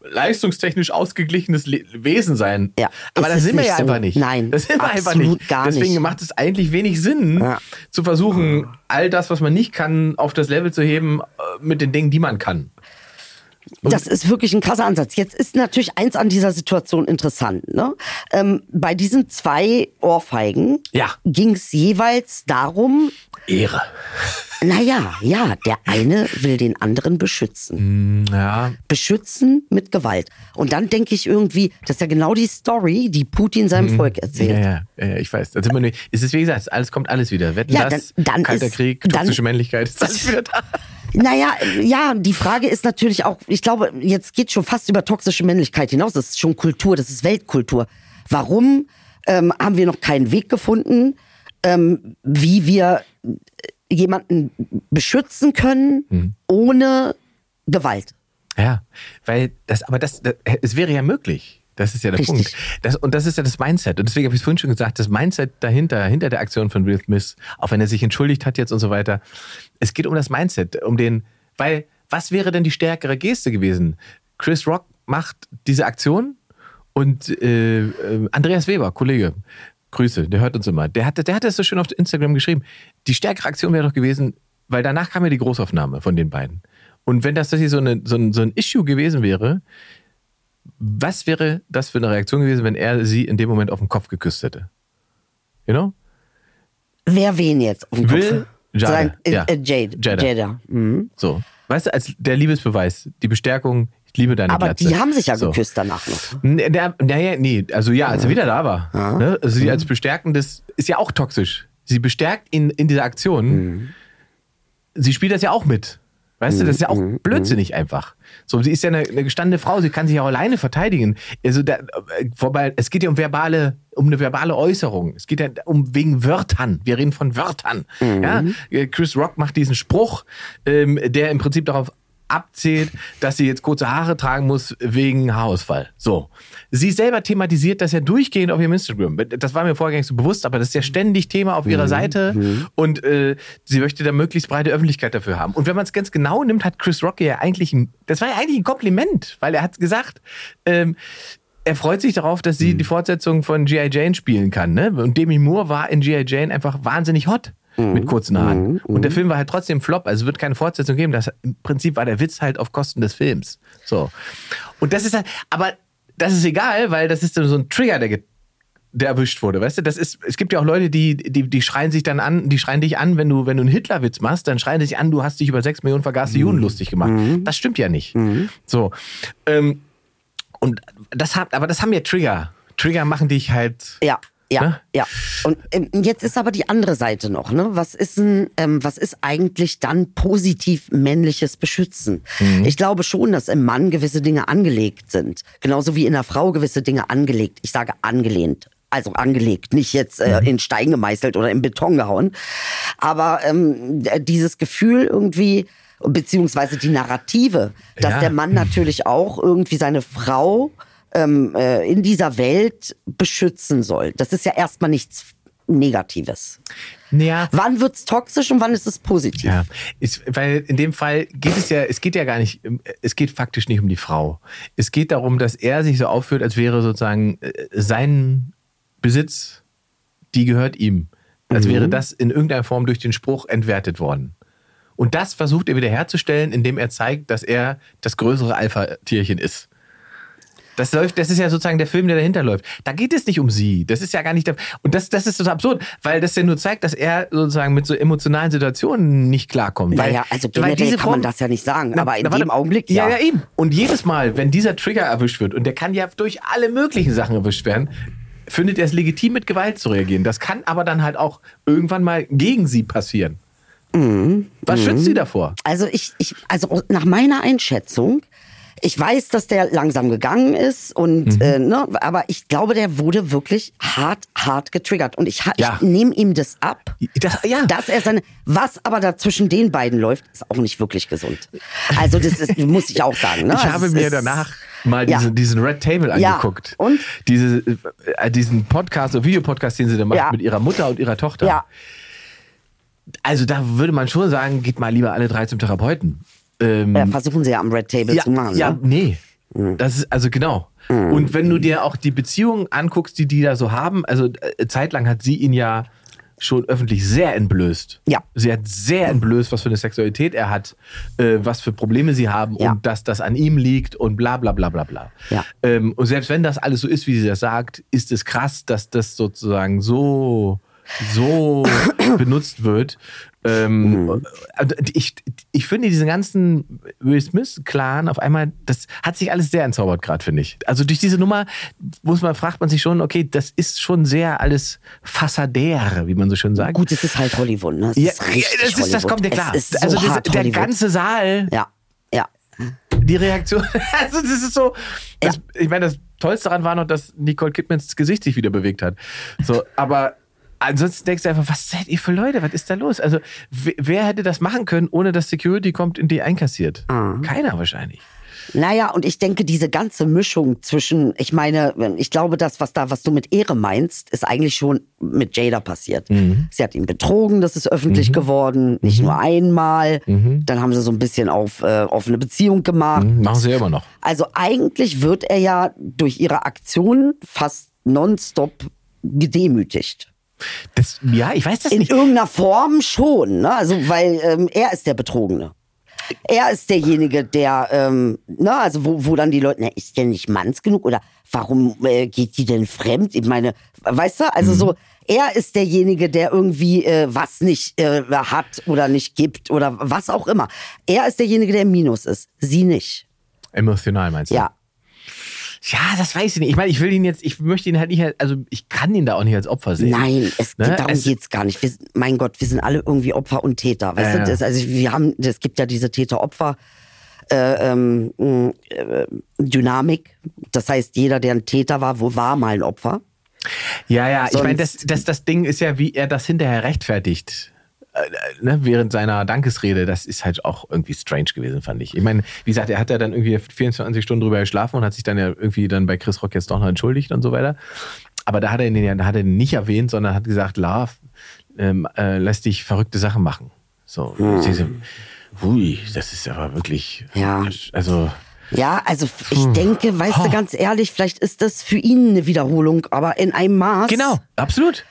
S2: leistungstechnisch ausgeglichenes Le Wesen sein.
S4: Ja,
S2: aber
S4: es
S2: das
S4: ist
S2: sind wir
S4: nicht
S2: ja
S4: so.
S2: einfach nicht.
S4: Nein,
S2: das sind wir einfach
S4: absolut
S2: nicht.
S4: gar nicht.
S2: Deswegen macht es eigentlich wenig Sinn,
S4: Ja.
S2: zu versuchen, all das, was man nicht kann, auf das Level zu heben äh, mit den Dingen, die man kann.
S4: Das ist wirklich ein krasser Ansatz. Jetzt ist natürlich eins an dieser Situation interessant. Ne? Ähm, bei diesen zwei Ohrfeigen
S2: Ja.
S4: ging es jeweils darum,
S2: Ehre.
S4: naja, ja, der eine will den anderen beschützen.
S2: Mhm. Ja,
S4: beschützen mit Gewalt. Und dann denke ich irgendwie, das ist ja genau die Story, die Putin seinem Volk
S2: Mhm. Ja,
S4: erzählt.
S2: ja, ja, ja, ich weiß. Das sind wir nicht. Es ist wie gesagt, alles kommt alles wieder. Wetten
S4: Ja,
S2: das,
S4: dann- dann
S2: kalter
S4: ist-
S2: Krieg,
S4: dann-
S2: toxische Männlichkeit, ist alles wieder da.
S4: Naja, äh, ja, die Frage ist natürlich auch, ich glaube, jetzt geht schon fast über toxische Männlichkeit hinaus. Das ist schon Kultur, das ist Weltkultur. Warum ähm, haben wir noch keinen Weg gefunden, ähm, wie wir äh, jemanden beschützen können
S2: Mhm.
S4: ohne Gewalt?
S2: Ja, weil das, aber das, das, es wäre ja möglich. Das ist ja der
S4: Richtig.
S2: Punkt. Das, und das ist ja das Mindset. Und deswegen habe ich es vorhin schon gesagt, das Mindset dahinter, hinter der Aktion von Will Smith, auch wenn er sich entschuldigt hat jetzt und so weiter. Es geht um das Mindset, um den, weil was wäre denn die stärkere Geste gewesen? Chris Rock macht diese Aktion und äh, äh, Andreas Weber, Kollege, Grüße, der hört uns immer. Der hatte, der hatte es so schön auf Instagram geschrieben. Die stärkere Aktion wäre doch gewesen, weil danach kam ja die Großaufnahme von den beiden. Und wenn das tatsächlich so, eine, so, ein, so ein Issue gewesen wäre, was wäre das für eine Reaktion gewesen, wenn er sie in dem Moment auf den Kopf geküsst hätte? You know?
S4: Wer wen jetzt? Auf den
S2: Will
S4: Kopf?
S2: Jada,
S4: Sein, äh,
S2: ja.
S4: äh, Jade.
S2: Jada.
S4: Jada. Mhm.
S2: So. Weißt du, als der Liebesbeweis, die Bestärkung, ich liebe deine
S4: Aber
S2: Glatze.
S4: die haben sich ja
S2: so.
S4: geküsst danach noch.
S2: Naja, nee, nee, also ja, als er wieder da war. Ne? Also sie als bestärkendes ist ja auch toxisch. Sie bestärkt ihn in dieser Aktion. Sie spielt das ja auch mit. Weißt du, das ist ja auch blödsinnig einfach. So, sie ist ja eine, eine gestandene Frau, sie kann sich auch alleine verteidigen. Also da, äh, vorbei, es geht ja um verbale, um eine verbale Äußerung. Es geht ja um wegen Wörtern. Wir reden von Wörtern. Ja? Äh, Chris Rock macht diesen Spruch, ähm, der im Prinzip darauf abzählt, dass sie jetzt kurze Haare tragen muss wegen Haarausfall. So. Sie selber thematisiert das ja durchgehend auf ihrem Instagram. Das war mir vorher gar nicht so bewusst, aber das ist ja ständig Thema auf ihrer Seite und äh, sie möchte da möglichst breite Öffentlichkeit dafür haben. Und wenn man es ganz genau nimmt, hat Chris Rock ja eigentlich, ein, das war ja eigentlich ein Kompliment, weil er hat gesagt, ähm, er freut sich darauf, dass sie die Fortsetzung von G.I. Jane spielen kann. Ne? Und Demi Moore war in G.I. Jane einfach wahnsinnig hot mit kurzen Haaren. Und der Film war halt trotzdem Flop, also es wird keine Fortsetzung geben. Das, Im Prinzip war der Witz halt auf Kosten des Films. So. Und das ist halt, aber das ist egal, weil das ist so ein Trigger, der, ge- der erwischt wurde, weißt du? Das ist, es gibt ja auch Leute, die, die, die schreien sich dann an, die schreien dich an, wenn du, wenn du einen Hitlerwitz machst, dann schreien dich an, du hast dich über sechs Millionen vergaste Juden lustig gemacht. Das stimmt ja nicht. So. Ähm, und das hat, aber das haben ja Trigger. Trigger machen dich halt.
S4: Ja, ja,
S2: Ne?
S4: ja. Und ähm, jetzt ist aber die andere Seite noch, ne? Was ist denn, ähm, was ist eigentlich dann positiv männliches Beschützen?
S2: Mhm.
S4: Ich glaube schon, dass im Mann gewisse Dinge angelegt sind. Genauso wie in der Frau gewisse Dinge angelegt. Ich sage angelehnt also angelegt, nicht jetzt äh,
S2: Mhm.
S4: in Stein gemeißelt oder in Beton gehauen. Aber ähm, d- dieses Gefühl irgendwie, beziehungsweise die Narrative, dass
S2: Ja.
S4: der Mann natürlich auch irgendwie seine Frau ähm, äh, in dieser Welt beschützen soll. Das ist ja erstmal nichts Negatives.
S2: Ja.
S4: Wann wird's toxisch und wann ist es positiv?
S2: Ja, ist, weil in dem Fall geht es ja, es geht ja gar nicht, es geht faktisch nicht um die Frau. Es geht darum, dass er sich so aufführt, als wäre sozusagen äh, sein Besitz, die gehört ihm. Als wäre das in irgendeiner Form durch den Spruch entwertet worden. Und das versucht er wiederherzustellen, indem er zeigt, dass er das größere Alpha-Tierchen ist. Das läuft, das ist ja sozusagen der Film, der dahinter läuft. Da geht es nicht um sie. Das ist ja gar nicht der, und das, das ist so absurd, weil das ja nur zeigt, dass er sozusagen mit so emotionalen Situationen nicht klarkommt.
S4: Ja,
S2: weil,
S4: ja, also
S2: weil
S4: generell kann man das ja nicht sagen, aber in dem Augenblick,
S2: ja.
S4: ja.
S2: ja, eben. Und jedes Mal, wenn dieser Trigger erwischt wird und der kann ja durch alle möglichen Sachen erwischt werden, findet er es legitim, mit Gewalt zu reagieren. Das kann aber dann halt auch irgendwann mal gegen sie passieren. Was
S4: Mhm.
S2: schützt sie davor?
S4: Also ich, ich, also nach meiner Einschätzung, ich weiß, dass der langsam gegangen ist und
S2: Mhm.
S4: äh, ne, aber ich glaube, der wurde wirklich hart, hart getriggert. Und ich, ha-
S2: Ja.
S4: ich nehme ihm das ab.
S2: Das, ja.
S4: Dass er seine, was aber da zwischen den beiden läuft, ist auch nicht wirklich gesund. Also das ist, muss ich auch sagen. Ne?
S2: Ich
S4: Also
S2: habe
S4: es
S2: mir
S4: ist-
S2: danach mal
S4: Ja.
S2: diesen, diesen Red Table
S4: Ja,
S2: angeguckt.
S4: und?
S2: Diese, äh, diesen Podcast, oder Videopodcast, den sie da macht
S4: Ja.
S2: mit ihrer Mutter und ihrer Tochter.
S4: Ja,
S2: Also da würde man schon sagen, geht mal lieber alle drei zum Therapeuten. Ähm,
S4: ja, versuchen sie ja am Red Table zu machen.
S2: ja,
S4: ne? Hm.
S2: nee. Das ist, also genau. Und wenn du dir auch die Beziehungen anguckst, die die da so haben, also äh, zeitlang hat sie ihn ja schon öffentlich sehr entblößt.
S4: Ja.
S2: Sie hat sehr entblößt, was für eine Sexualität er hat, äh, was für Probleme sie haben
S4: Ja.
S2: und dass das an ihm liegt und bla bla bla bla bla.
S4: Ja.
S2: Ähm, und selbst wenn das alles so ist, wie sie das sagt, ist es krass, dass das sozusagen so, so benutzt wird.
S4: Mhm.
S2: Ähm, also ich, ich finde diesen ganzen Will Smith-Clan auf einmal, das hat sich alles sehr entzaubert gerade, finde ich. Also durch diese Nummer muss man, fragt man sich schon, okay, das ist schon sehr alles fassadär, wie man so schön sagt.
S4: Gut, es ist halt Hollywood, ne? Es
S2: ja,
S4: ist richtig
S2: das, ist, das
S4: Hollywood.
S2: kommt ja
S4: Es
S2: klar.
S4: ist so
S2: also das,
S4: hart
S2: der
S4: Hollywood.
S2: ganze Saal
S4: Ja, ja.
S2: die Reaktion. Also, das ist so. Das, Ich meine, das Tollste daran war noch, dass Nicole Kidmans Gesicht sich wieder bewegt hat. So, aber ansonsten denkst du einfach, was seid ihr für Leute? Was ist da los? Also, wer, wer hätte das machen können, ohne dass Security kommt und die einkassiert?
S4: Mhm.
S2: Keiner wahrscheinlich.
S4: Naja, und ich denke, diese ganze Mischung zwischen, ich meine, ich glaube, das, was da, was du mit Ehre meinst, ist eigentlich schon mit Jada passiert.
S2: Mhm.
S4: Sie hat ihn betrogen, das ist öffentlich geworden, nicht nur einmal.
S2: Mhm.
S4: Dann haben sie so ein bisschen auf äh, offene Beziehung gemacht.
S2: Machen sie ja immer noch.
S4: Also eigentlich wird er ja durch ihre Aktionen fast nonstop gedemütigt.
S2: Das, ja, ich weiß das
S4: In
S2: nicht.
S4: irgendeiner Form schon, ne? Also, weil ähm, er ist der Betrogene. Er ist derjenige, der, ähm, ne, also wo, wo dann die Leute, ne, ist der nicht manns genug oder warum äh, geht die denn fremd? Ich meine, weißt du, also so, er ist derjenige, der irgendwie äh, was nicht äh, hat oder nicht gibt oder was auch immer. Er ist derjenige, der im Minus ist, sie nicht.
S2: Emotional meinst du?
S4: Ja,
S2: Ja, das weiß ich nicht. Ich meine, ich will ihn jetzt, ich möchte ihn halt nicht, als- also ich kann ihn da auch nicht als Opfer sehen.
S4: Nein, es,
S2: Ne?
S4: darum
S2: Es-
S4: geht's gar nicht. Wir, sind- mein Gott, wir sind alle irgendwie Opfer und Täter. Weißt
S2: Ja,
S4: du?
S2: ja.
S4: Das, also wir haben, es gibt ja diese äh, Täter-Opfer-Dynamik. äh, das heißt, jeder, der ein Täter war, wo war mal ein Opfer?
S2: Ja, ja, ich meine, das,
S4: Sonst-
S2: das, das Ding ist ja, wie er das hinterher rechtfertigt. Äh, äh, Ne, während seiner Dankesrede, das ist halt auch irgendwie strange gewesen, fand ich. Ich meine, wie gesagt, er hat ja dann irgendwie 24 Stunden drüber geschlafen und hat sich dann ja irgendwie dann bei Chris Rock jetzt doch noch entschuldigt und so weiter. Aber da hat er ihn ja da hat er ihn nicht erwähnt, sondern hat gesagt, Love, ähm, äh, lass dich verrückte Sachen machen. So,
S4: Hm.
S2: Und ich so, hui, das ist aber wirklich,
S4: Ja.
S2: also,
S4: Ja, also ich
S2: Hm.
S4: denke, weißt du, ganz ehrlich, vielleicht ist das für ihn eine Wiederholung, aber in einem Maß.
S2: genau, absolut.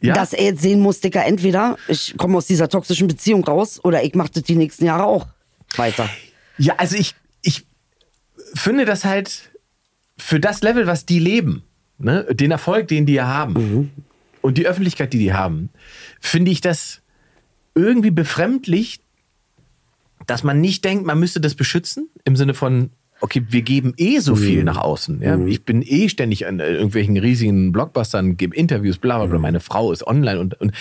S2: Ja.
S4: Dass er jetzt sehen muss, Dicker, entweder ich komme aus dieser toxischen Beziehung raus oder ich mache das die nächsten Jahre auch weiter.
S2: Ja, also ich, ich finde das halt für das Level, was die leben, ne, den Erfolg, den die ja haben und die Öffentlichkeit, die die haben, finde ich das irgendwie befremdlich, dass man nicht denkt, man müsste das beschützen im Sinne von Okay, wir geben eh so viel nach außen. Ja? Ich bin eh ständig an äh, irgendwelchen riesigen Blockbustern, gebe Interviews, bla bla bla. Meine Frau ist online und, und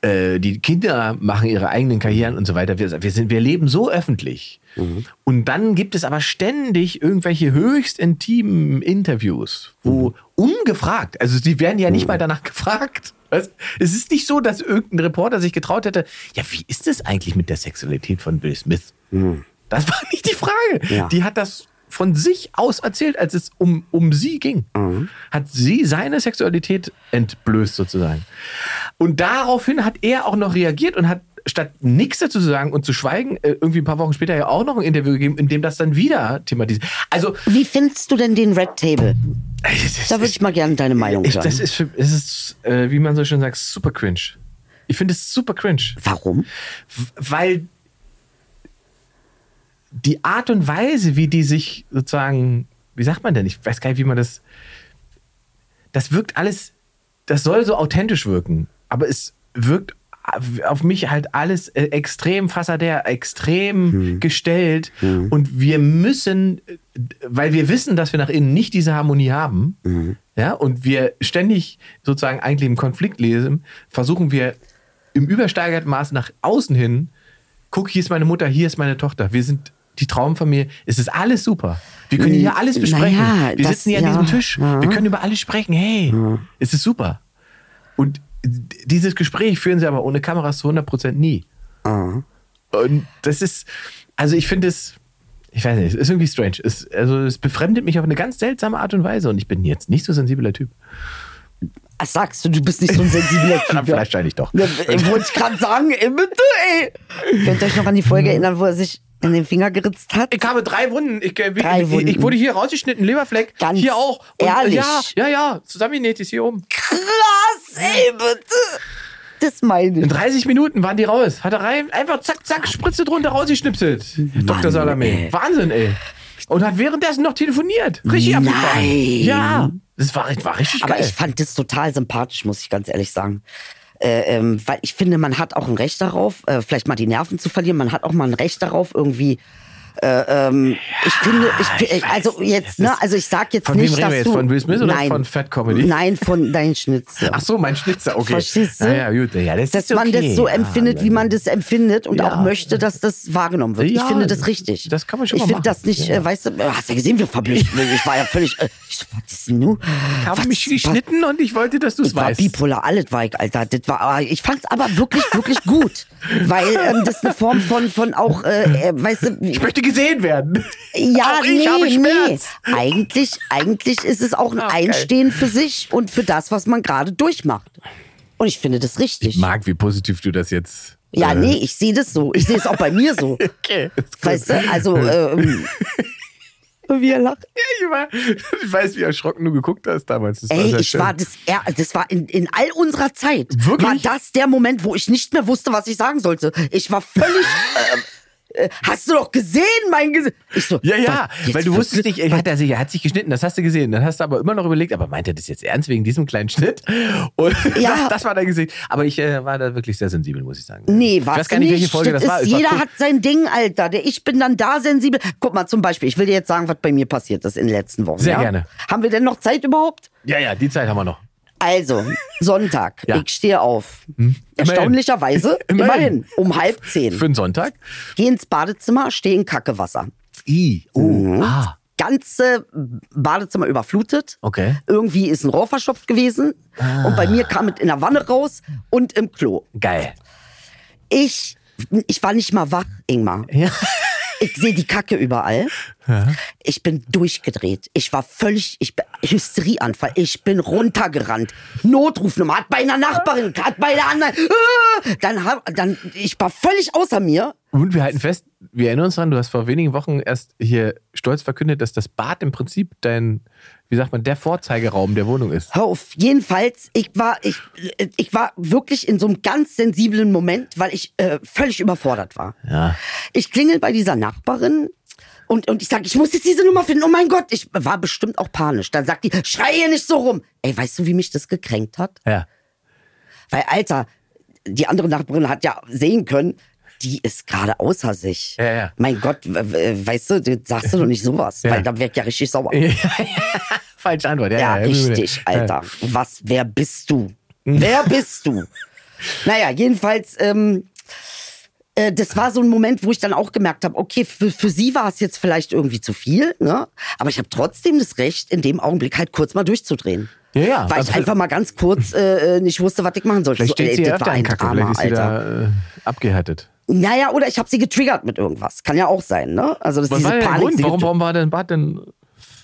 S2: äh, die Kinder machen ihre eigenen Karrieren und so weiter. Wir, wir, sind, wir leben so öffentlich. Und dann gibt es aber ständig irgendwelche höchst intimen Interviews, wo ungefragt, also die werden ja nicht mal danach gefragt. Weißt? Es ist nicht so, dass irgendein Reporter sich getraut hätte, ja, wie ist es eigentlich mit der Sexualität von Will Smith? Das war nicht die Frage.
S4: Ja.
S2: Die hat das von sich aus erzählt, als es um, um sie ging. Hat sie seine Sexualität entblößt sozusagen. Und daraufhin hat er auch noch reagiert und hat statt nichts dazu zu sagen und zu schweigen, äh, irgendwie ein paar Wochen später ja auch noch ein Interview gegeben, in dem das dann wieder thematisiert. Also,
S4: Wie findest du denn den Red Table? Da würde ich mal gerne deine Meinung
S2: ich,
S4: hören.
S2: das ist, für, es ist äh, wie man so schön sagt, super cringe. Ich finde es super cringe.
S4: Warum?
S2: W- weil die Art und Weise, wie die sich sozusagen, wie sagt man denn, ich weiß gar nicht, wie man das, das wirkt alles, das soll so authentisch wirken, aber es wirkt auf mich halt alles äh, extrem fassadär, extrem gestellt und wir müssen, äh, weil wir wissen, dass wir nach innen nicht diese Harmonie haben, ja, und wir ständig sozusagen eigentlich im Konflikt lesen, versuchen wir im übersteigerten Maß nach außen hin, guck, hier ist meine Mutter, hier ist meine Tochter, wir sind die Traumfamilie, es ist alles super. Wir können hier alles
S4: Naja,
S2: besprechen. wir
S4: das-
S2: sitzen hier an
S4: ja.
S2: diesem Tisch.
S4: Ja.
S2: Wir können über alles sprechen. Hey,
S4: Mhm.
S2: es ist super. Und d- dieses Gespräch führen sie aber ohne Kameras zu 100% nie.
S4: Mhm.
S2: Und das ist, also ich finde es, ich weiß nicht, es ist irgendwie strange. Es, also es befremdet mich auf eine ganz seltsame Art und Weise und ich bin jetzt nicht so sensibler Typ.
S4: Ach, sagst du, du bist nicht so ein sensibler Typ. ja?
S2: Vielleicht scheine ich doch.
S4: Ja, äh, Wollte ich gerade sagen, ey, bitte, ey. Könnt ihr euch noch an die
S2: Mhm.
S4: Folge erinnern, wo er sich in den Finger geritzt hat?
S2: Ich habe drei Wunden. Ich, äh,
S4: Drei
S2: ich,
S4: Wunden.
S2: ich wurde hier rausgeschnitten, Leberfleck.
S4: Ganz
S2: hier auch. Und, äh,
S4: ehrlich?
S2: Ja, ja, ja. Zusammengenäht ist hier oben.
S4: Krass, ey, bitte. Das meine
S2: In
S4: ich.
S2: 30 Minuten waren die raus. Hat er rein, einfach zack, zack, Spritze drunter rausgeschnipselt. Dr. Salame.
S4: ey.
S2: Wahnsinn, ey. Und hat währenddessen noch telefoniert. Richtig
S4: Nein.
S2: abgefahren. Ja. Das war, war richtig
S4: Aber
S2: geil.
S4: ich fand das total sympathisch, muss ich ganz ehrlich sagen. Äh, ähm, weil ich finde, man hat auch ein Recht darauf, äh, vielleicht mal die Nerven zu verlieren. Man hat auch mal ein Recht darauf, irgendwie. Äh, ähm, ich finde, ich,
S2: ich weiß
S4: also
S2: nicht.
S4: jetzt,
S2: Das
S4: ne,
S2: ist-
S4: also ich sag jetzt
S2: Von wem
S4: nicht,
S2: reden
S4: dass
S2: wir jetzt?
S4: du
S2: Von Will Smith oder
S4: nein,
S2: von Fat Comedy?
S4: Nein, von dein Schnitzel.
S2: Ach so, mein Schnitzer, okay.
S4: Verstehst du?
S2: Naja, gut, ja, das
S4: dass
S2: ist okay.
S4: man das so
S2: Ja,
S4: empfindet, wie man das empfindet und
S2: Ja.
S4: auch möchte, dass das wahrgenommen wird.
S2: Ja,
S4: ich finde das richtig.
S2: das kann man schon
S4: Ich
S2: mal
S4: finde
S2: machen.
S4: das nicht,
S2: Ja.
S4: äh, weißt du, äh, hast ja gesehen, wir verblüfft. Ich war ja völlig, äh, ich, so, was ist denn nun?
S2: Ich
S4: Was-
S2: habe Ah. mich geschnitten und ich wollte, dass du
S4: was-
S2: es
S4: Ich war
S2: weißt.
S4: bipolar, alles war ich, Alter. Das war, ah, ich fand's aber wirklich, wirklich gut. Weil ähm, das eine Form von, von auch, äh, äh, weißt du,
S2: Ich möchte gesehen werden.
S4: ja,
S2: auch ich
S4: nee,
S2: habe Schmerz.
S4: nee. Eigentlich, eigentlich ist es auch ein
S2: Ah, geil.
S4: Einstehen für sich und für das, was man gerade durchmacht. Und ich finde das richtig.
S2: Ich mag, wie positiv du das jetzt.
S4: Ja,
S2: äh,
S4: nee, ich sehe das so. Ich sehe es auch bei mir so.
S2: Okay. ist gut.
S4: Weißt du, also, ähm, wie er lacht.
S2: Ich war- Ich weiß, wie erschrocken du geguckt hast damals. Das
S4: Ey,
S2: sehr
S4: ich
S2: schön.
S4: war das, er- das war in, in all unserer Zeit.
S2: Wirklich?
S4: War das der Moment, wo ich nicht mehr wusste, was ich sagen sollte. Ich war völlig. äh, äh, Hast du doch gesehen, mein Gesicht? Ich so,
S2: Ja, ja,
S4: was, jetzt
S2: weil du wusstest
S4: wirklich?
S2: nicht, er hat, er, sich, er hat sich geschnitten, das hast du gesehen. Dann hast du aber immer noch überlegt, aber meint er das jetzt ernst wegen diesem kleinen Schnitt? Und
S4: Ja.
S2: das, das war dein Gesicht. Aber ich äh, war da wirklich sehr sensibel, muss ich sagen.
S4: Nee,
S2: Ich
S4: warst
S2: weiß gar nicht,
S4: du
S2: welche Folge das,
S4: ist,
S2: war. Es war
S4: Jeder
S2: cool.
S4: hat sein Ding, Alter. Der ich bin dann da sensibel. Guck mal, zum Beispiel, ich will dir jetzt sagen, was bei mir passiert ist in den letzten Wochen.
S2: Sehr
S4: ja?
S2: gerne.
S4: Haben wir denn noch Zeit überhaupt?
S2: ja, ja, die Zeit haben wir noch.
S4: Also, Sonntag.
S2: Ja. Hm?
S4: Ich stehe auf. Erstaunlicherweise,
S2: Immerhin.
S4: immerhin. um halb zehn.
S2: Für einen Sonntag?
S4: Geh ins Badezimmer, stehe in Kackewasser.
S2: I. Oh,
S4: Mhm.
S2: ah,
S4: Ganze Badezimmer überflutet.
S2: Okay.
S4: Irgendwie ist ein Rohr verschopft gewesen.
S2: Ah.
S4: Und bei mir kam es in der Wanne raus und im Klo.
S2: geil.
S4: Ich, ich war nicht mal wach, Ingmar.
S2: Ja.
S4: Ich sehe die Kacke überall. Ich bin durchgedreht. Ich war völlig, ich bin Hysterieanfall. Ich bin runtergerannt. Notrufnummer hat bei einer Nachbarin, hat bei der anderen. Äh, Dann, hab- dann, ich war völlig außer mir.
S2: Und wir halten fest, wir erinnern uns dran, du hast vor wenigen Wochen erst hier stolz verkündet, dass das Bad im Prinzip dein, wie sagt man, der Vorzeigeraum der Wohnung ist.
S4: Hör auf, jedenfalls, ich war, ich, ich war wirklich in so einem ganz sensiblen Moment, weil ich äh, völlig überfordert war.
S2: Ja.
S4: Ich klingel bei dieser Nachbarin und, und ich sage, ich muss jetzt diese Nummer finden. Oh mein Gott, ich war bestimmt auch panisch. Dann sagt die, schreie nicht so rum. Ey, weißt du, wie mich das gekränkt hat?
S2: Ja.
S4: Weil, Alter, die andere Nachbarin hat ja sehen können, die ist gerade außer sich.
S2: Ja, ja.
S4: Mein Gott, we- we- weißt du, das sagst du doch nicht sowas,
S2: Ja.
S4: weil dann wär ich ja richtig sauer.
S2: Falsche Antwort. Ja,
S4: Ja,
S2: ja,
S4: richtig, Alter. Was, wer
S2: Mhm.
S4: bist du? Wer bist du? Naja, jedenfalls, ähm, äh, das war so ein Moment, wo ich dann auch gemerkt habe, okay, für, für sie war es jetzt vielleicht irgendwie zu viel, ne? aber ich habe trotzdem das Recht, in dem Augenblick halt kurz mal durchzudrehen.
S2: Ja, ja,
S4: Weil
S2: also-
S4: ich einfach mal ganz kurz äh, äh, nicht wusste, was ich machen sollte.
S2: Vielleicht steht
S4: ey,
S2: sie ja
S4: das war
S2: öfter in
S4: ein
S2: Kacke,
S4: Drama,
S2: vielleicht ist sie da äh, abgehärtet.
S4: Naja, oder ich habe sie getriggert mit irgendwas. Kann ja auch sein, ne? Also das ist
S2: Was
S4: diese
S2: war denn der
S4: Panik.
S2: Grund?
S4: sie
S2: Warum,
S4: getr-
S2: warum war denn Bad denn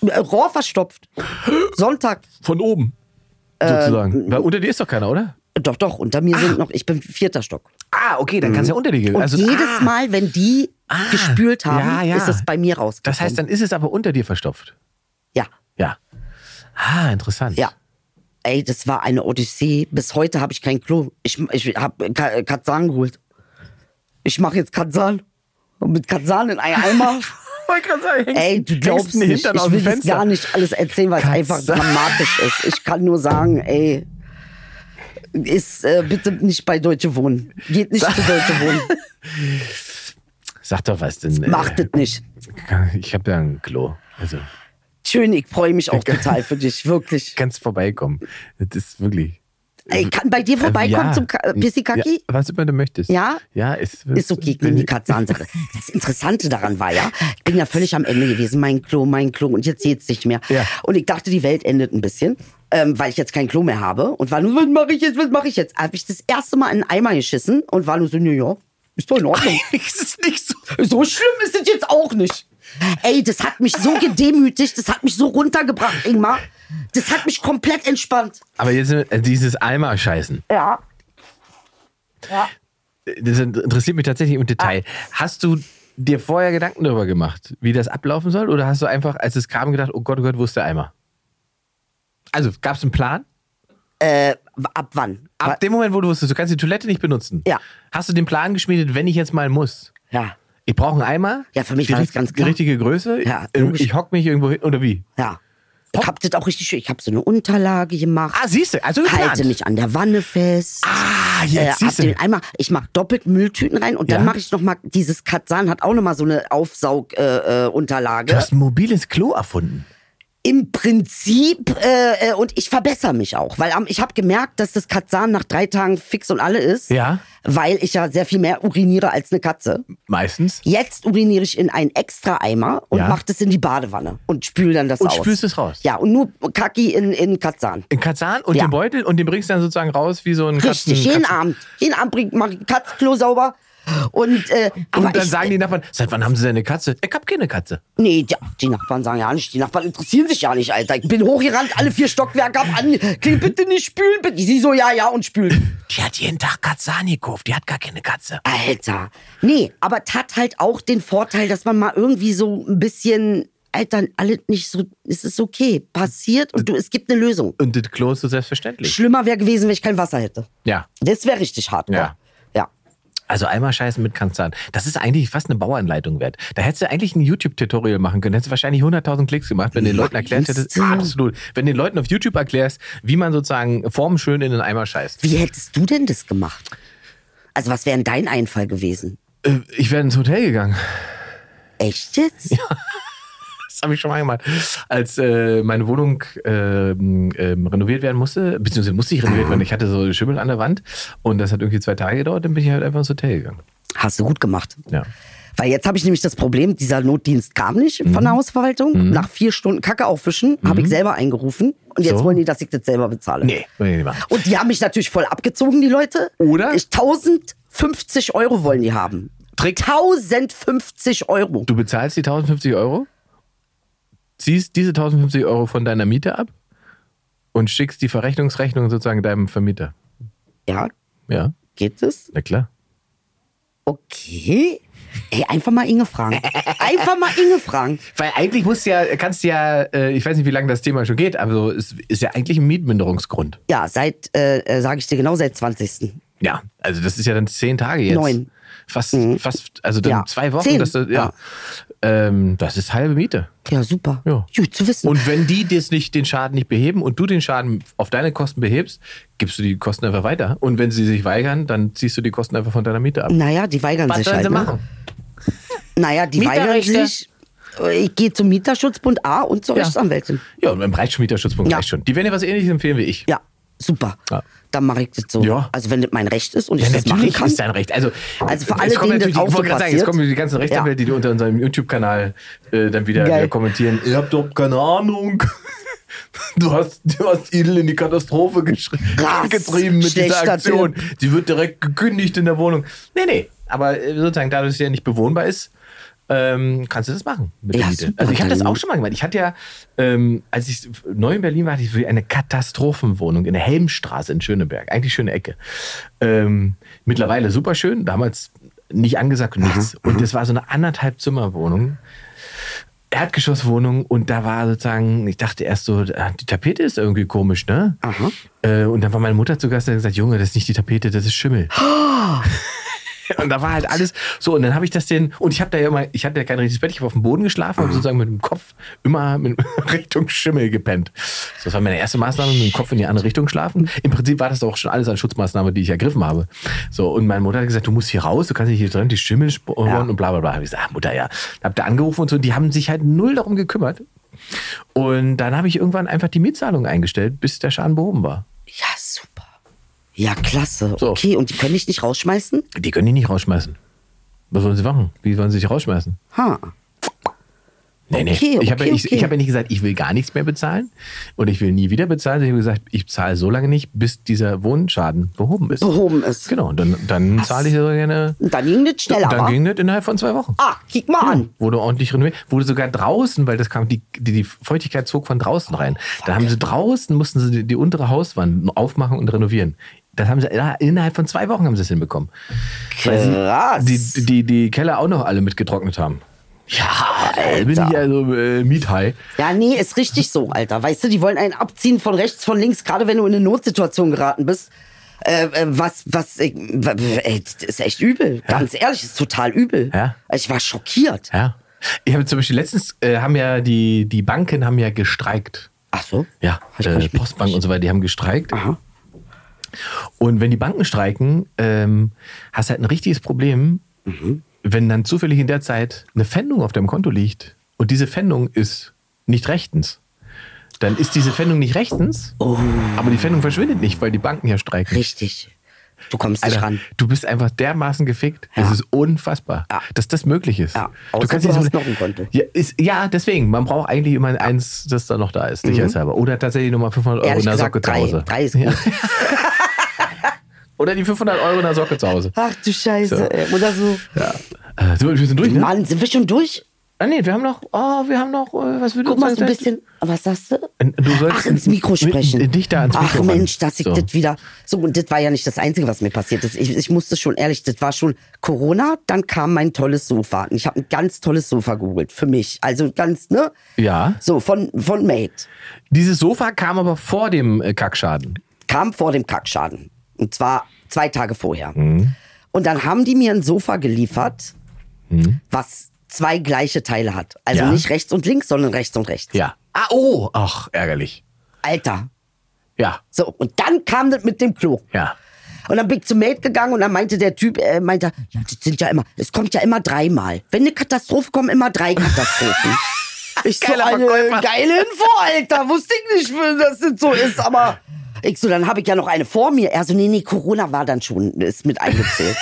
S4: Äh, Rohr verstopft. Sonntag.
S2: von oben?
S4: Ähm,
S2: Sozusagen. Weil unter dir ist doch keiner, oder?
S4: Doch, doch, unter mir sind noch, ich bin vierter Stock.
S2: Ah, okay, dann kann es ja unter dir gehen.
S4: mm. Und
S2: Ah. Also,
S4: jedes
S2: ah,
S4: Mal, wenn die
S2: Ah.
S4: gespült haben,
S2: Ja, ja.
S4: ist es bei mir rausgekommen.
S2: Das heißt, dann ist es aber unter dir verstopft.
S4: Ja,
S2: Ja. Ah, interessant.
S4: ja. Ey, das war eine Odyssee. Bis heute habe ich kein Klo. Ich, ich habe Katzan geholt. Ich mache jetzt Katzan. Mit Katzan in einen Eimer.
S2: Wollte gerade sagen, hängst-
S4: Ey, du
S2: hängst
S4: glaubst
S2: den
S4: nicht. Ich
S2: Hintern aus
S4: will
S2: dem
S4: das
S2: Fenster.
S4: gar nicht alles erzählen, weil es
S2: Katze.
S4: einfach dramatisch ist. Ich kann nur sagen, ey, ist äh, bitte nicht bei Deutsche Wohnen. Geht nicht zu Deutsche Wohnen.
S2: Sag doch was denn. äh,
S4: Macht es nicht.
S2: Ich habe ja ein Klo. Also,
S4: Schön, ich freue mich auch total für dich, wirklich.
S2: kannst vorbeikommen. Das ist wirklich.
S4: Ey, kann bei dir vorbeikommen zum Ka- äh, Pissikaki?
S2: Ja, was immer du möchtest.
S4: Ja?
S2: Ja, ist,
S4: Ist okay gegen die Katzansache. Das Interessante daran war ja, ich bin ja völlig am Ende gewesen. Mein Klo, mein Klo und jetzt geht's nicht mehr.
S2: Ja.
S4: Und ich dachte, die Welt endet ein bisschen, ähm, weil ich jetzt kein Klo mehr habe. Und war nur, was mache ich jetzt, was mache ich jetzt? Habe ich das erste Mal in einen Eimer geschissen und war nur so, naja, ist doch in Ordnung.
S2: ist es nicht so.
S4: so schlimm ist es jetzt auch nicht. Ey, das hat mich so gedemütigt, das hat mich so runtergebracht, Ingmar. Das hat mich komplett entspannt.
S2: Aber jetzt äh, dieses Eimer-Scheißen.
S4: Ja.
S2: Das interessiert mich tatsächlich im Detail.
S4: Ah.
S2: Hast du dir vorher Gedanken darüber gemacht, wie das ablaufen soll? Oder hast du einfach, als es kam, gedacht, oh Gott, oh Gott, wo ist der Eimer? Also, gab es einen Plan?
S4: Äh, Ab wann?
S2: Ab dem Moment, wo du wusstest, du kannst die Toilette nicht benutzen,
S4: Ja.
S2: hast du den Plan geschmiedet, wenn ich jetzt mal muss?
S4: Ja.
S2: Ich brauche einen Eimer.
S4: Ja, für mich
S2: die
S4: war das
S2: richt-
S4: ganz klar.
S2: Die richtige Größe.
S4: Ja,
S2: Ähm,
S4: logisch.
S2: ich hock mich irgendwo hin. Oder wie?
S4: Ja. Ich hab das auch richtig schön. Ich hab so eine Unterlage gemacht.
S2: Ah, siehst du. Also geplant.
S4: halte mich an der Wanne fest.
S2: Ah,
S4: Äh,
S2: jetzt
S4: hab
S2: siehst du.
S4: den einmal, ich mache doppelt Mülltüten rein und dann
S2: Ja.
S4: mache ich noch mal dieses Katzan hat auch noch mal so eine Aufsaugunterlage. Äh,
S2: Du
S4: Unterlage.
S2: hast ein mobiles Klo erfunden.
S4: Im Prinzip äh, äh, und ich verbessere mich auch, weil am- ich habe gemerkt, dass das Katzan nach drei Tagen fix und alle ist,
S2: Ja.
S4: weil ich ja sehr viel mehr uriniere als eine Katze.
S2: Meistens.
S4: Jetzt uriniere ich in einen extra Eimer und
S2: Ja.
S4: mache das in die Badewanne und spül dann das
S2: Und
S4: aus.
S2: spülst es raus.
S4: Ja, und nur Kacki in, in Katzan.
S2: In Kazan und
S4: Ja.
S2: den Beutel und den bringst du dann sozusagen raus wie so ein Katzen,
S4: Richtig, jeden
S2: Katzen-
S4: Abend. Jeden Abend mache ich Katzenklo sauber. Und, äh, aber
S2: Und dann
S4: ich,
S2: sagen die Nachbarn, seit wann haben sie denn eine Katze? Ich hab keine Katze.
S4: Nee, die, die Nachbarn sagen ja nicht. Die Nachbarn interessieren sich ja nicht, Alter. Ich bin hochgerannt, alle vier Stockwerke ab an. Klick bitte nicht spülen, bitte. Sie so, ja, ja, und spülen.
S2: Die hat jeden Tag Katzan gekauft, die hat gar keine Katze.
S4: Alter. Nee, aber das hat halt auch den Vorteil, dass man mal irgendwie so ein bisschen, Alter, alles nicht so, es ist okay. Passiert und du, es gibt eine Lösung.
S2: Und das Klo ist so selbstverständlich.
S4: Schlimmer wäre gewesen, wenn ich kein Wasser hätte.
S2: Ja.
S4: Das wäre richtig hart.
S2: Ja.
S4: Ja.
S2: Also einmal scheißen mit Kanzan. Das ist eigentlich fast eine Bauanleitung wert. Da hättest du eigentlich ein YouTube-Tutorial machen können. Hättest du wahrscheinlich 100.000 Klicks gemacht, wenn du den Leuten erklärt hättest.
S4: Meinst du?
S2: Absolut. Wenn du den Leuten auf YouTube erklärst, wie man sozusagen formschön in den Eimer scheißt.
S4: Wie hättest du denn das gemacht? Also, was wäre denn dein Einfall gewesen?
S2: Äh, Ich wäre ins Hotel gegangen.
S4: Echt jetzt?
S2: Das habe ich schon mal gemacht. Als äh, meine Wohnung ähm, ähm, renoviert werden musste, beziehungsweise musste ich renoviert werden, ich hatte so Schimmel an der Wand und das hat irgendwie zwei Tage gedauert, dann bin ich halt einfach ins Hotel gegangen.
S4: Hast du gut gemacht.
S2: Ja.
S4: Weil jetzt habe ich nämlich das Problem, dieser Notdienst kam nicht
S2: Mhm.
S4: von der Hausverwaltung. Nach vier Stunden Kacke aufwischen, habe ich selber eingerufen. Und jetzt
S2: So.
S4: wollen die, dass ich das selber bezahle.
S2: Nee, will ich nicht machen.
S4: Und die haben mich natürlich voll abgezogen, die Leute.
S2: Oder?
S4: Ich, 1050 Euro wollen die haben.
S2: Trick.
S4: 1050 Euro.
S2: Du bezahlst die 1050 Euro, ziehst diese 1050 Euro von deiner Miete ab und schickst die Verrechnungsrechnung sozusagen deinem Vermieter.
S4: Ja,
S2: Ja,
S4: geht das?
S2: na klar.
S4: Okay. Ey, einfach mal Inge fragen. Einfach mal Inge fragen.
S2: Weil eigentlich musst du ja, kannst du ja, äh, ich weiß nicht, wie lange das Thema schon geht, aber so, es ist ja eigentlich ein Mietminderungsgrund.
S4: Ja, seit, äh, sage ich dir genau, seit 20.
S2: Ja, also das ist ja dann zehn Tage jetzt.
S4: Neun. Mhm.
S2: Fast, fast, also dann
S4: Ja.
S2: zwei Wochen.
S4: Zehn.
S2: Dass das, ja. Ähm, das ist halbe Miete.
S4: Ja, super.
S2: Ja.
S4: Gut zu wissen.
S2: Und wenn die das nicht, den Schaden nicht beheben und du den Schaden auf deine Kosten behebst, gibst du die Kosten einfach weiter. Und wenn sie sich weigern, dann ziehst du die Kosten einfach von deiner Miete ab.
S4: naja, die weigern sich halt. ne? Naja, die weigern
S2: Mieterrechte.
S4: sich. Äh, Ich gehe zum Mieterschutzbund A und zur
S2: Ja.
S4: Rechtsanwältin.
S2: Ja, und beim Reitschmieterschutzpunkt
S4: Ja.
S2: reicht schon. Die werden dir was ähnliches empfehlen wie ich.
S4: Ja. super.
S2: Ja.
S4: Dann mache ich das so.
S2: Ja.
S4: Also wenn das mein Recht ist und ich
S2: Ja,
S4: das machen
S2: natürlich
S4: kann.
S2: ist dein Recht. Also,
S4: Also für
S2: es kommen
S4: alle, denen das
S2: natürlich-
S4: auch
S2: ich wollte
S4: so
S2: gerade sagen, jetzt
S4: passiert.
S2: kommen die ganzen Rechtsanwälte, die unter unserem YouTube-Kanal äh, dann wieder,
S4: Geil.
S2: wieder kommentieren. Ihr habt doch keine Ahnung. Du hast, du hast Idel in die Katastrophe geschri-
S4: Krass,
S2: getrieben mit dieser
S4: schlechter
S2: Aktion. Sie wird direkt gekündigt in der Wohnung. Nee, nee. Aber äh, sozusagen, dadurch, dass sie ja nicht bewohnbar ist, ähm, kannst du das machen mit der
S4: Ja,
S2: Miete.
S4: super,
S2: Also ich habe das
S4: dann-
S2: auch schon mal gemacht. Ich hatte ja, ähm, als ich neu in Berlin war, hatte ich wirklich eine Katastrophenwohnung in der Helmstraße in Schöneberg. Eigentlich schöne Ecke. Ähm, mittlerweile super schön, damals nicht angesagt und nichts. Und das war so eine anderthalb Zimmerwohnung. Erdgeschosswohnung und da war sozusagen, ich dachte erst so, ah, die Tapete ist irgendwie komisch, ne?
S4: Aha.
S2: Äh, und dann war meine Mutter zu Gast und hat gesagt, Junge, das ist nicht die Tapete, das ist Schimmel. Und da war halt alles so. Und dann habe ich das den, und ich habe da ja immer, ich hatte ja kein richtiges Bett, ich habe auf dem Boden geschlafen und sozusagen mit dem Kopf immer mit, Richtung Schimmel gepennt. So, das war meine erste Maßnahme, mit dem Kopf in die andere Richtung schlafen. Im Prinzip war das auch schon alles an Schutzmaßnahme, die ich ergriffen habe. So, und meine Mutter hat gesagt, du musst hier raus, du kannst nicht hier drin, die Schimmel sporen und bla bla bla. Hab ich gesagt, ah, Mutter, ja. Hab da angerufen und so, die haben sich halt null darum gekümmert. Und dann habe ich irgendwann einfach die Mietzahlung eingestellt, bis der Schaden behoben war.
S4: Ja, super. Ja, klasse.
S2: So.
S4: Okay, und die können dich nicht rausschmeißen?
S2: Die können die nicht rausschmeißen. Was sollen sie machen? Wie sollen sie sich rausschmeißen?
S4: Ha.
S2: Nee, nee.
S4: Okay,
S2: ich habe
S4: okay,
S2: ja, ich-
S4: okay.
S2: ich hab ja nicht gesagt, ich will gar nichts mehr bezahlen und ich will nie wieder bezahlen. Ich habe gesagt, ich zahle so lange nicht, bis dieser Wohnschaden behoben ist.
S4: Behoben ist.
S2: Genau, und dann, dann zahle ich so gerne.
S4: Und dann ging das schneller,
S2: Dann
S4: wa?
S2: ging das innerhalb von zwei Wochen. Genau,
S4: Ah, kick mal an.
S2: Wurde ordentlich renoviert. Wurde sogar draußen, weil das kam, die, die, die Feuchtigkeit zog von draußen rein. da haben sie draußen, mussten sie die, die untere Hauswand aufmachen und renovieren. Das haben sie innerhalb von zwei Wochen haben sie es hinbekommen.
S4: Krass.
S2: Die, die, die Keller auch noch alle mitgetrocknet haben. Ja, ey, bin ich
S4: Alter.
S2: also äh, Miethigh.
S4: Ja, nee, ist richtig so, Alter. Weißt du, die wollen einen abziehen von rechts, von links, gerade wenn du in eine Notsituation geraten bist. Äh, äh, was, was, äh, w- ey, das ist echt übel. Ganz ehrlich, ist total übel.
S2: Ja.
S4: Ich war schockiert.
S2: Ja. Ich habe zum Beispiel letztens äh, haben ja die, die Banken haben ja gestreikt.
S4: Ach so?
S2: Ja,
S4: Hab ich gar
S2: äh,
S4: nicht mit-
S2: Postbank und so weiter, die haben gestreikt.
S4: Aha.
S2: Und wenn die Banken streiken, ähm, hast halt ein richtiges Problem, Mhm. wenn dann zufällig in der Zeit eine Pfändung auf deinem Konto liegt und diese Pfändung ist nicht rechtens. Dann ist diese Pfändung nicht rechtens, aber die Pfändung verschwindet nicht, weil die Banken ja streiken.
S4: Oh, Richtig. Du kommst nicht
S2: Alter,
S4: ran.
S2: du bist einfach dermaßen gefickt.
S4: Ja.
S2: Es ist unfassbar,
S4: Ja.
S2: dass das möglich ist.
S4: Ja, außer du
S2: nicht
S4: hast
S2: so-
S4: noch ein Konto.
S2: Ja, ist, ja, deswegen. Man braucht eigentlich immer eins, das da noch da ist. Sicherheitshalber. Oder tatsächlich nochmal 500 Euro
S4: Mhm. Ehrlich
S2: in der
S4: gesagt,
S2: Socke zu
S4: drei.
S2: Hause.
S4: Drei ist gut.
S2: Oder die 500 Euro in der Socke zu Hause.
S4: Ach du Scheiße,
S2: So.
S4: ey. Oder so.
S2: Ja. Äh, sind wir- wir sind durch, ne?
S4: Mann, sind wir schon durch?
S2: Ah, nee, wir haben noch, oh, wir haben noch, äh, was würde
S4: Guck mal so ein bisschen. Was sagst du?
S2: Du sollst
S4: Ach, ins Mikro
S2: mit-
S4: sprechen.
S2: mit- dichter ans
S4: Ach
S2: Mikro ran.
S4: Mensch, dass ich
S2: So.
S4: das wieder. So, und das war ja nicht das Einzige, was mir passiert ist. Ich, ich musste schon ehrlich, das war schon Corona, dann kam mein tolles Sofa. Und ich habe ein ganz tolles Sofa geholt für mich. Also ganz, ne?
S2: Ja.
S4: So, von, von Mate.
S2: Dieses Sofa kam aber vor dem äh, Kackschaden.
S4: Kam vor dem Kackschaden. Und zwar zwei Tage vorher.
S2: Mhm.
S4: Und dann haben die mir ein Sofa geliefert, was zwei gleiche Teile hat. Also
S2: Mhm. Ja.
S4: nicht rechts und links, sondern rechts und rechts.
S2: Ja. Ah, oh, ach, ärgerlich.
S4: Alter.
S2: Ja,
S4: So, und dann kam das mit dem Klo.
S2: ja.
S4: Und dann bin ich zum Mate gegangen und dann meinte der Typ, äh, meinte, ja, das sind ja immer, es kommt ja immer dreimal. Wenn eine Katastrophe kommt, immer drei Katastrophen. Ich so,
S2: Geiler
S4: eine
S2: Verkäufer.
S4: geile Info, Alter. Wusste ich nicht, dass das so ist, aber ich so, dann habe ich ja noch eine vor mir. Er so, nee, nee, Corona war dann schon, ist mit eingezählt.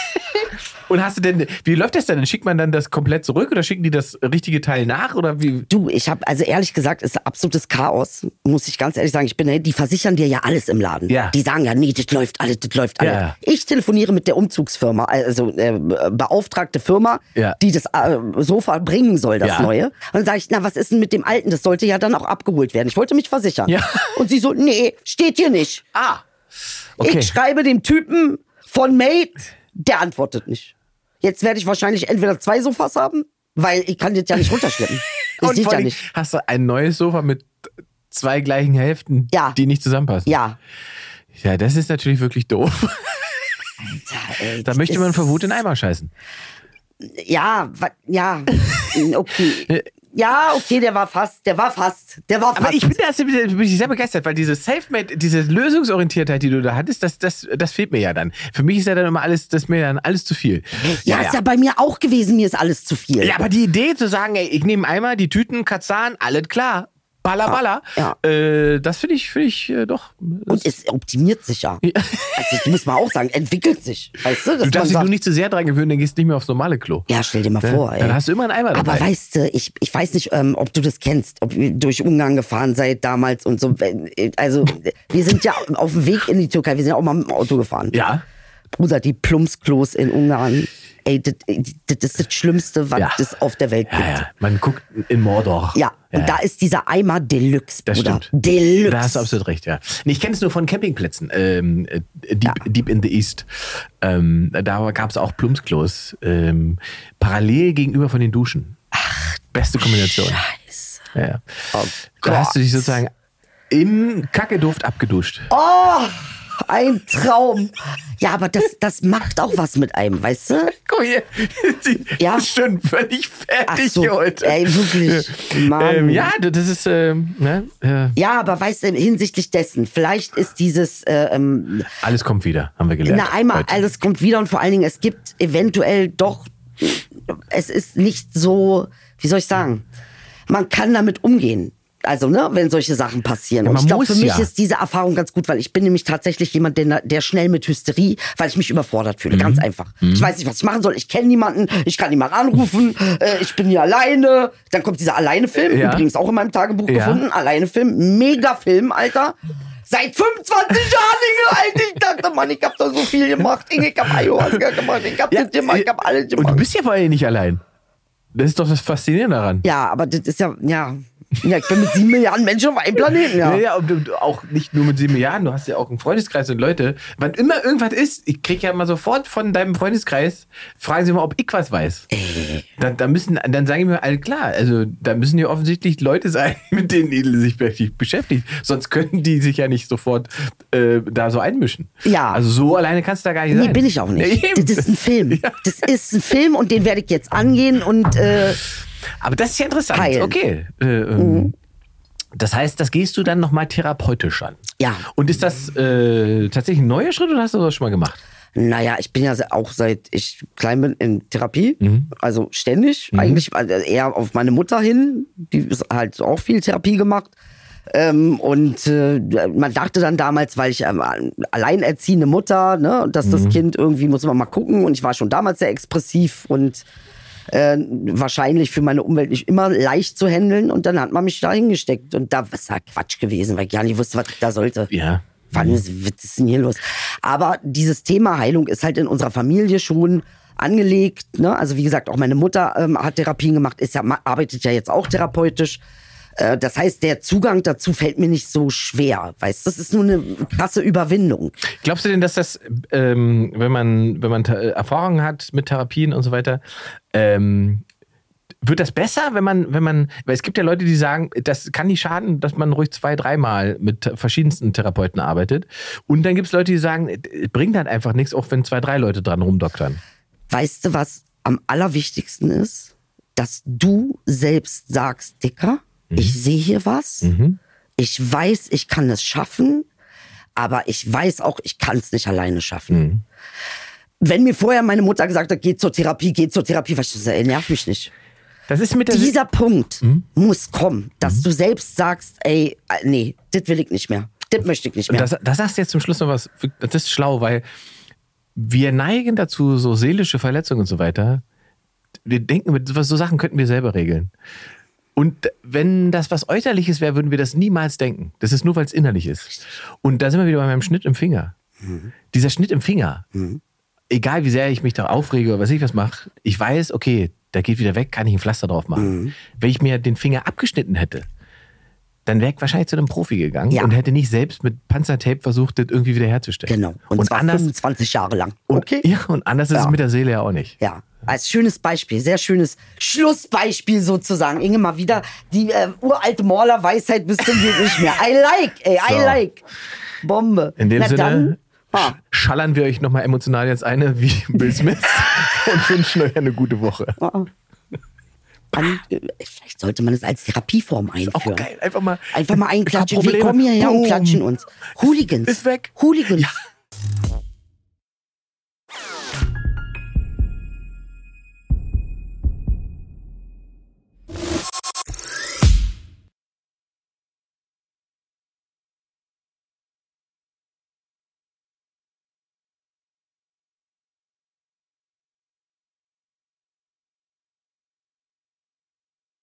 S2: Und hast du denn, wie läuft das denn? Dann Schickt man dann das komplett zurück oder schicken die das richtige Teil nach oder wie?
S4: Du, ich habe, also ehrlich gesagt, ist absolutes Chaos, muss ich ganz ehrlich sagen. Ich bin, ne, die versichern dir ja alles im Laden.
S2: Ja.
S4: Die sagen ja, nee, das läuft alles, das läuft alles.
S2: Ja.
S4: Ich telefoniere mit der Umzugsfirma, also äh, beauftragte Firma,
S2: Ja.
S4: die das äh, Sofa bringen soll, das
S2: Ja.
S4: neue. Und dann sage ich, na, was ist denn mit dem alten? Das sollte ja dann auch abgeholt werden. Ich wollte mich versichern.
S2: Ja.
S4: Und sie so, nee, steht hier nicht.
S2: Ah, okay.
S4: Ich schreibe dem Typen von Mate, der antwortet nicht. Jetzt werde ich wahrscheinlich entweder zwei Sofas haben, weil ich kann das ja nicht runterschleppen. Das
S2: Und
S4: sieht
S2: vor
S4: ja
S2: allem
S4: nicht.
S2: hast du ein neues Sofa mit zwei gleichen Hälften,
S4: Ja.
S2: die nicht zusammenpassen.
S4: Ja,
S2: Ja, das ist natürlich wirklich doof.
S4: Ey,
S2: Da
S4: äh, das
S2: möchte man
S4: ist-
S2: vor Wut in den Eimer scheißen.
S4: Ja, wa- ja, Hm, okay. Ja, okay, der war fast, der war fast, der war fast.
S2: Aber ich bin da bin ich sehr begeistert, weil diese Selfmade, diese Lösungsorientiertheit, die du da hattest, das, das, das fehlt mir ja dann. Für mich ist ja dann immer alles, das ist mir dann alles zu viel.
S4: ja, ist ja bei mir auch gewesen, mir ist alles zu viel.
S2: Ja, aber die Idee zu sagen, ey, ich nehme einmal die Tüten, Kazan, alles klar. Balla Balla.
S4: Ja.
S2: Äh, das finde ich, finde ich äh, doch.
S4: Und es optimiert sich ja. Also, das muss man auch sagen, entwickelt sich. Weißt du, dass
S2: du
S4: man
S2: darfst dich
S4: sagt,
S2: nur nicht zu sehr dran gewöhnen, dann gehst du nicht mehr aufs normale Klo.
S4: ja, stell dir mal
S2: Ne?
S4: vor, ey.
S2: Dann hast du immer einen Eimer dabei.
S4: Aber weißt du, ich, ich weiß nicht, ähm, ob du das kennst, ob ihr durch Ungarn gefahren seid damals und so. Also, wir sind ja auf dem Weg in die Türkei, wir sind ja auch mal mit dem Auto gefahren.
S2: ja.
S4: Bruder, die Plumpsklos in Ungarn. Ey, das das ist das Schlimmste, was
S2: Ja.
S4: es auf der Welt
S2: Ja,
S4: gibt.
S2: ja. Man guckt in Mordor.
S4: Ja, und da ist dieser Eimer Deluxe,
S2: Das
S4: Bruder.
S2: stimmt.
S4: Deluxe.
S2: Da hast du absolut recht, ja. Nee, ich kenne es nur von Campingplätzen. Ähm, äh, deep,
S4: Ja.
S2: deep in the East. Ähm, da gab es auch Plumpsklos. Ähm, parallel gegenüber von den Duschen. Ach, Beste Kombination.
S4: Scheiße.
S2: Ja, ja.
S4: Oh Gott.
S2: da hast du dich sozusagen im Kackeduft abgeduscht.
S4: Oh, ein Traum. Ja, aber das, das macht auch was mit einem, weißt du?
S2: Guck mal hier, die
S4: Ja.
S2: ist schon völlig
S4: Ach
S2: fertig
S4: so,
S2: hier heute.
S4: ey, wirklich. Mann.
S2: Ähm, ja, das ist, ähm, ne, äh,
S4: Ja, aber weißt du, hinsichtlich dessen, vielleicht ist dieses, äh, ähm,
S2: alles kommt wieder, haben wir gelernt.
S4: na einmal,
S2: heute.
S4: alles kommt wieder und vor allen Dingen, es gibt eventuell doch, es ist nicht so, wie soll ich sagen, man kann damit umgehen. Also, ne, wenn solche Sachen passieren. Und
S2: man
S4: ich glaube,
S2: muss
S4: für mich
S2: ja.
S4: ist diese Erfahrung ganz gut, weil ich bin nämlich tatsächlich jemand, der, der schnell mit Hysterie, weil ich mich überfordert fühle. Ganz
S2: Mhm.
S4: einfach. Ich weiß nicht, was ich machen soll. Ich kenne niemanden, ich kann niemanden anrufen, äh, ich bin hier alleine. Dann kommt dieser Alleine-Film,
S2: Ja.
S4: übrigens auch in meinem Tagebuch
S2: Ja.
S4: gefunden. Alleine-Film, mega Film, Alter. Seit 25 Jahren, Inge, Alter. Ich dachte, Mann, ich hab da so viel gemacht. Inge, ich hab Ayahuasca gemacht, ich hab das gemacht, ich hab alles
S2: Und
S4: gemacht.
S2: du bist ja vor allem nicht allein. Das ist doch das Faszinierende daran.
S4: Ja, aber das ist ja, ja. Ja, ich bin mit sieben Milliarden Menschen auf einem Planeten, ja.
S2: Ja, ja, und du- auch nicht nur mit sieben Jahren, du hast ja auch einen Freundeskreis und Leute, wann immer irgendwas ist, ich krieg ja mal sofort von deinem Freundeskreis, fragen sie mal, ob ich was weiß.
S4: Äh.
S2: Dann, dann müssen, dann sagen die mir, all klar, also da müssen ja offensichtlich Leute sein, mit denen Edel sich wirklich beschäftigt. Sonst könnten die sich ja nicht sofort äh, da so einmischen.
S4: Ja.
S2: Also so alleine kannst du da gar nicht
S4: Nee,
S2: sein.
S4: bin ich auch nicht.
S2: Nee, eben.
S4: das ist ein Film. Das ist ein Film und den werde ich jetzt angehen und äh,
S2: Aber das ist ja interessant.
S4: Teilen.
S2: Okay. Äh, ähm, Das heißt, das gehst du dann nochmal therapeutisch an.
S4: Ja.
S2: Und ist das äh, tatsächlich ein neuer Schritt oder hast du das schon mal gemacht?
S4: naja, ich bin ja se- auch seit ich klein bin in Therapie, also ständig eigentlich also eher auf meine Mutter hin, die ist halt auch viel Therapie gemacht. Ähm, und äh, man dachte dann damals, weil ich ähm, alleinerziehende Mutter, ne, dass das Kind irgendwie muss man mal gucken und ich war schon damals sehr expressiv und äh, wahrscheinlich für meine Umwelt nicht immer leicht zu handeln und dann hat man mich da hingesteckt und da was ja Quatsch gewesen, weil ich gar nicht wusste, was ich da sollte.
S2: Ja.
S4: Wann ist, was ist denn hier los? Aber dieses Thema Heilung ist halt in unserer Familie schon angelegt. Ne? Also wie gesagt, auch meine Mutter ähm, hat Therapien gemacht, ist ja, ma- arbeitet ja jetzt auch therapeutisch. Äh, Das heißt, der Zugang dazu fällt mir nicht so schwer, weißt du? Das ist nur eine krasse Überwindung.
S2: Glaubst du denn, dass das, ähm, wenn man, wenn man Te- Erfahrungen hat mit Therapien und so weiter, ähm, wird das besser, wenn man, wenn man, weil es gibt ja Leute, die sagen, das kann nicht schaden, dass man ruhig zwei, dreimal mit verschiedensten Therapeuten arbeitet. Und dann gibt es Leute, die sagen, es bringt halt einfach nichts, auch wenn zwei, drei Leute dran rumdoktern.
S4: Weißt du, was am allerwichtigsten ist? Dass du selbst sagst, Dicker,
S2: Mhm.
S4: ich sehe hier was. Ich weiß, ich kann es schaffen, aber ich weiß auch, ich kann es nicht alleine schaffen.
S2: Mhm.
S4: Wenn mir vorher meine Mutter gesagt hat, geh zur Therapie, geh zur Therapie, weißt du, das ey, nervt mich nicht.
S2: Das ist mit der
S4: Dieser Punkt
S2: Mhm.
S4: muss kommen, dass du selbst sagst, ey, äh, nee, das will ich nicht mehr. Das möchte ich nicht mehr.
S2: Das, das sagst du jetzt zum Schluss noch was. Das ist schlau, weil wir neigen dazu, so seelische Verletzungen und so weiter. Wir denken, mit sowas- so Sachen könnten wir selber regeln. Und wenn das was Äußerliches wäre, würden wir das niemals denken. Das ist nur, weil es innerlich ist. Und da sind wir wieder bei meinem Schnitt im Finger. Dieser Schnitt im Finger, egal wie sehr ich mich da aufrege oder was ich was mache, ich weiß, okay, da geht wieder weg, kann ich ein Pflaster drauf machen. Wenn ich mir den Finger abgeschnitten hätte, dann wäre ich wahrscheinlich zu einem Profi gegangen
S4: Ja.
S2: und hätte nicht selbst mit Panzertape versucht, das irgendwie wiederherzustellen.
S4: genau. Und, zwar
S2: anders,
S4: 25 Jahre lang.
S2: und,
S4: okay.
S2: ja, und anders ist
S4: Ja.
S2: es mit der Seele ja auch nicht.
S4: Ja, als schönes Beispiel, sehr schönes Schlussbeispiel sozusagen. Inge, mal wieder die äh, uralte Malerweisheit bist du mir nicht mehr. I like, ey, I
S2: So.
S4: like. Bombe.
S2: In dem
S4: Na
S2: Sinne
S4: dann, ah,
S2: sch- schallern wir euch nochmal emotional jetzt eine wie Bill Smith und wünschen euch eine gute Woche.
S4: ah. An, äh, vielleicht sollte man es als Therapieform einführen.
S2: Auch geil, einfach mal.
S4: Einfach mal einklatschen.
S2: Ich hab
S4: Wir
S2: Probleme.
S4: kommen hierher und
S2: Boom.
S4: klatschen uns. Hooligans.
S2: Ist weg.
S4: Hooligans.
S2: Ja.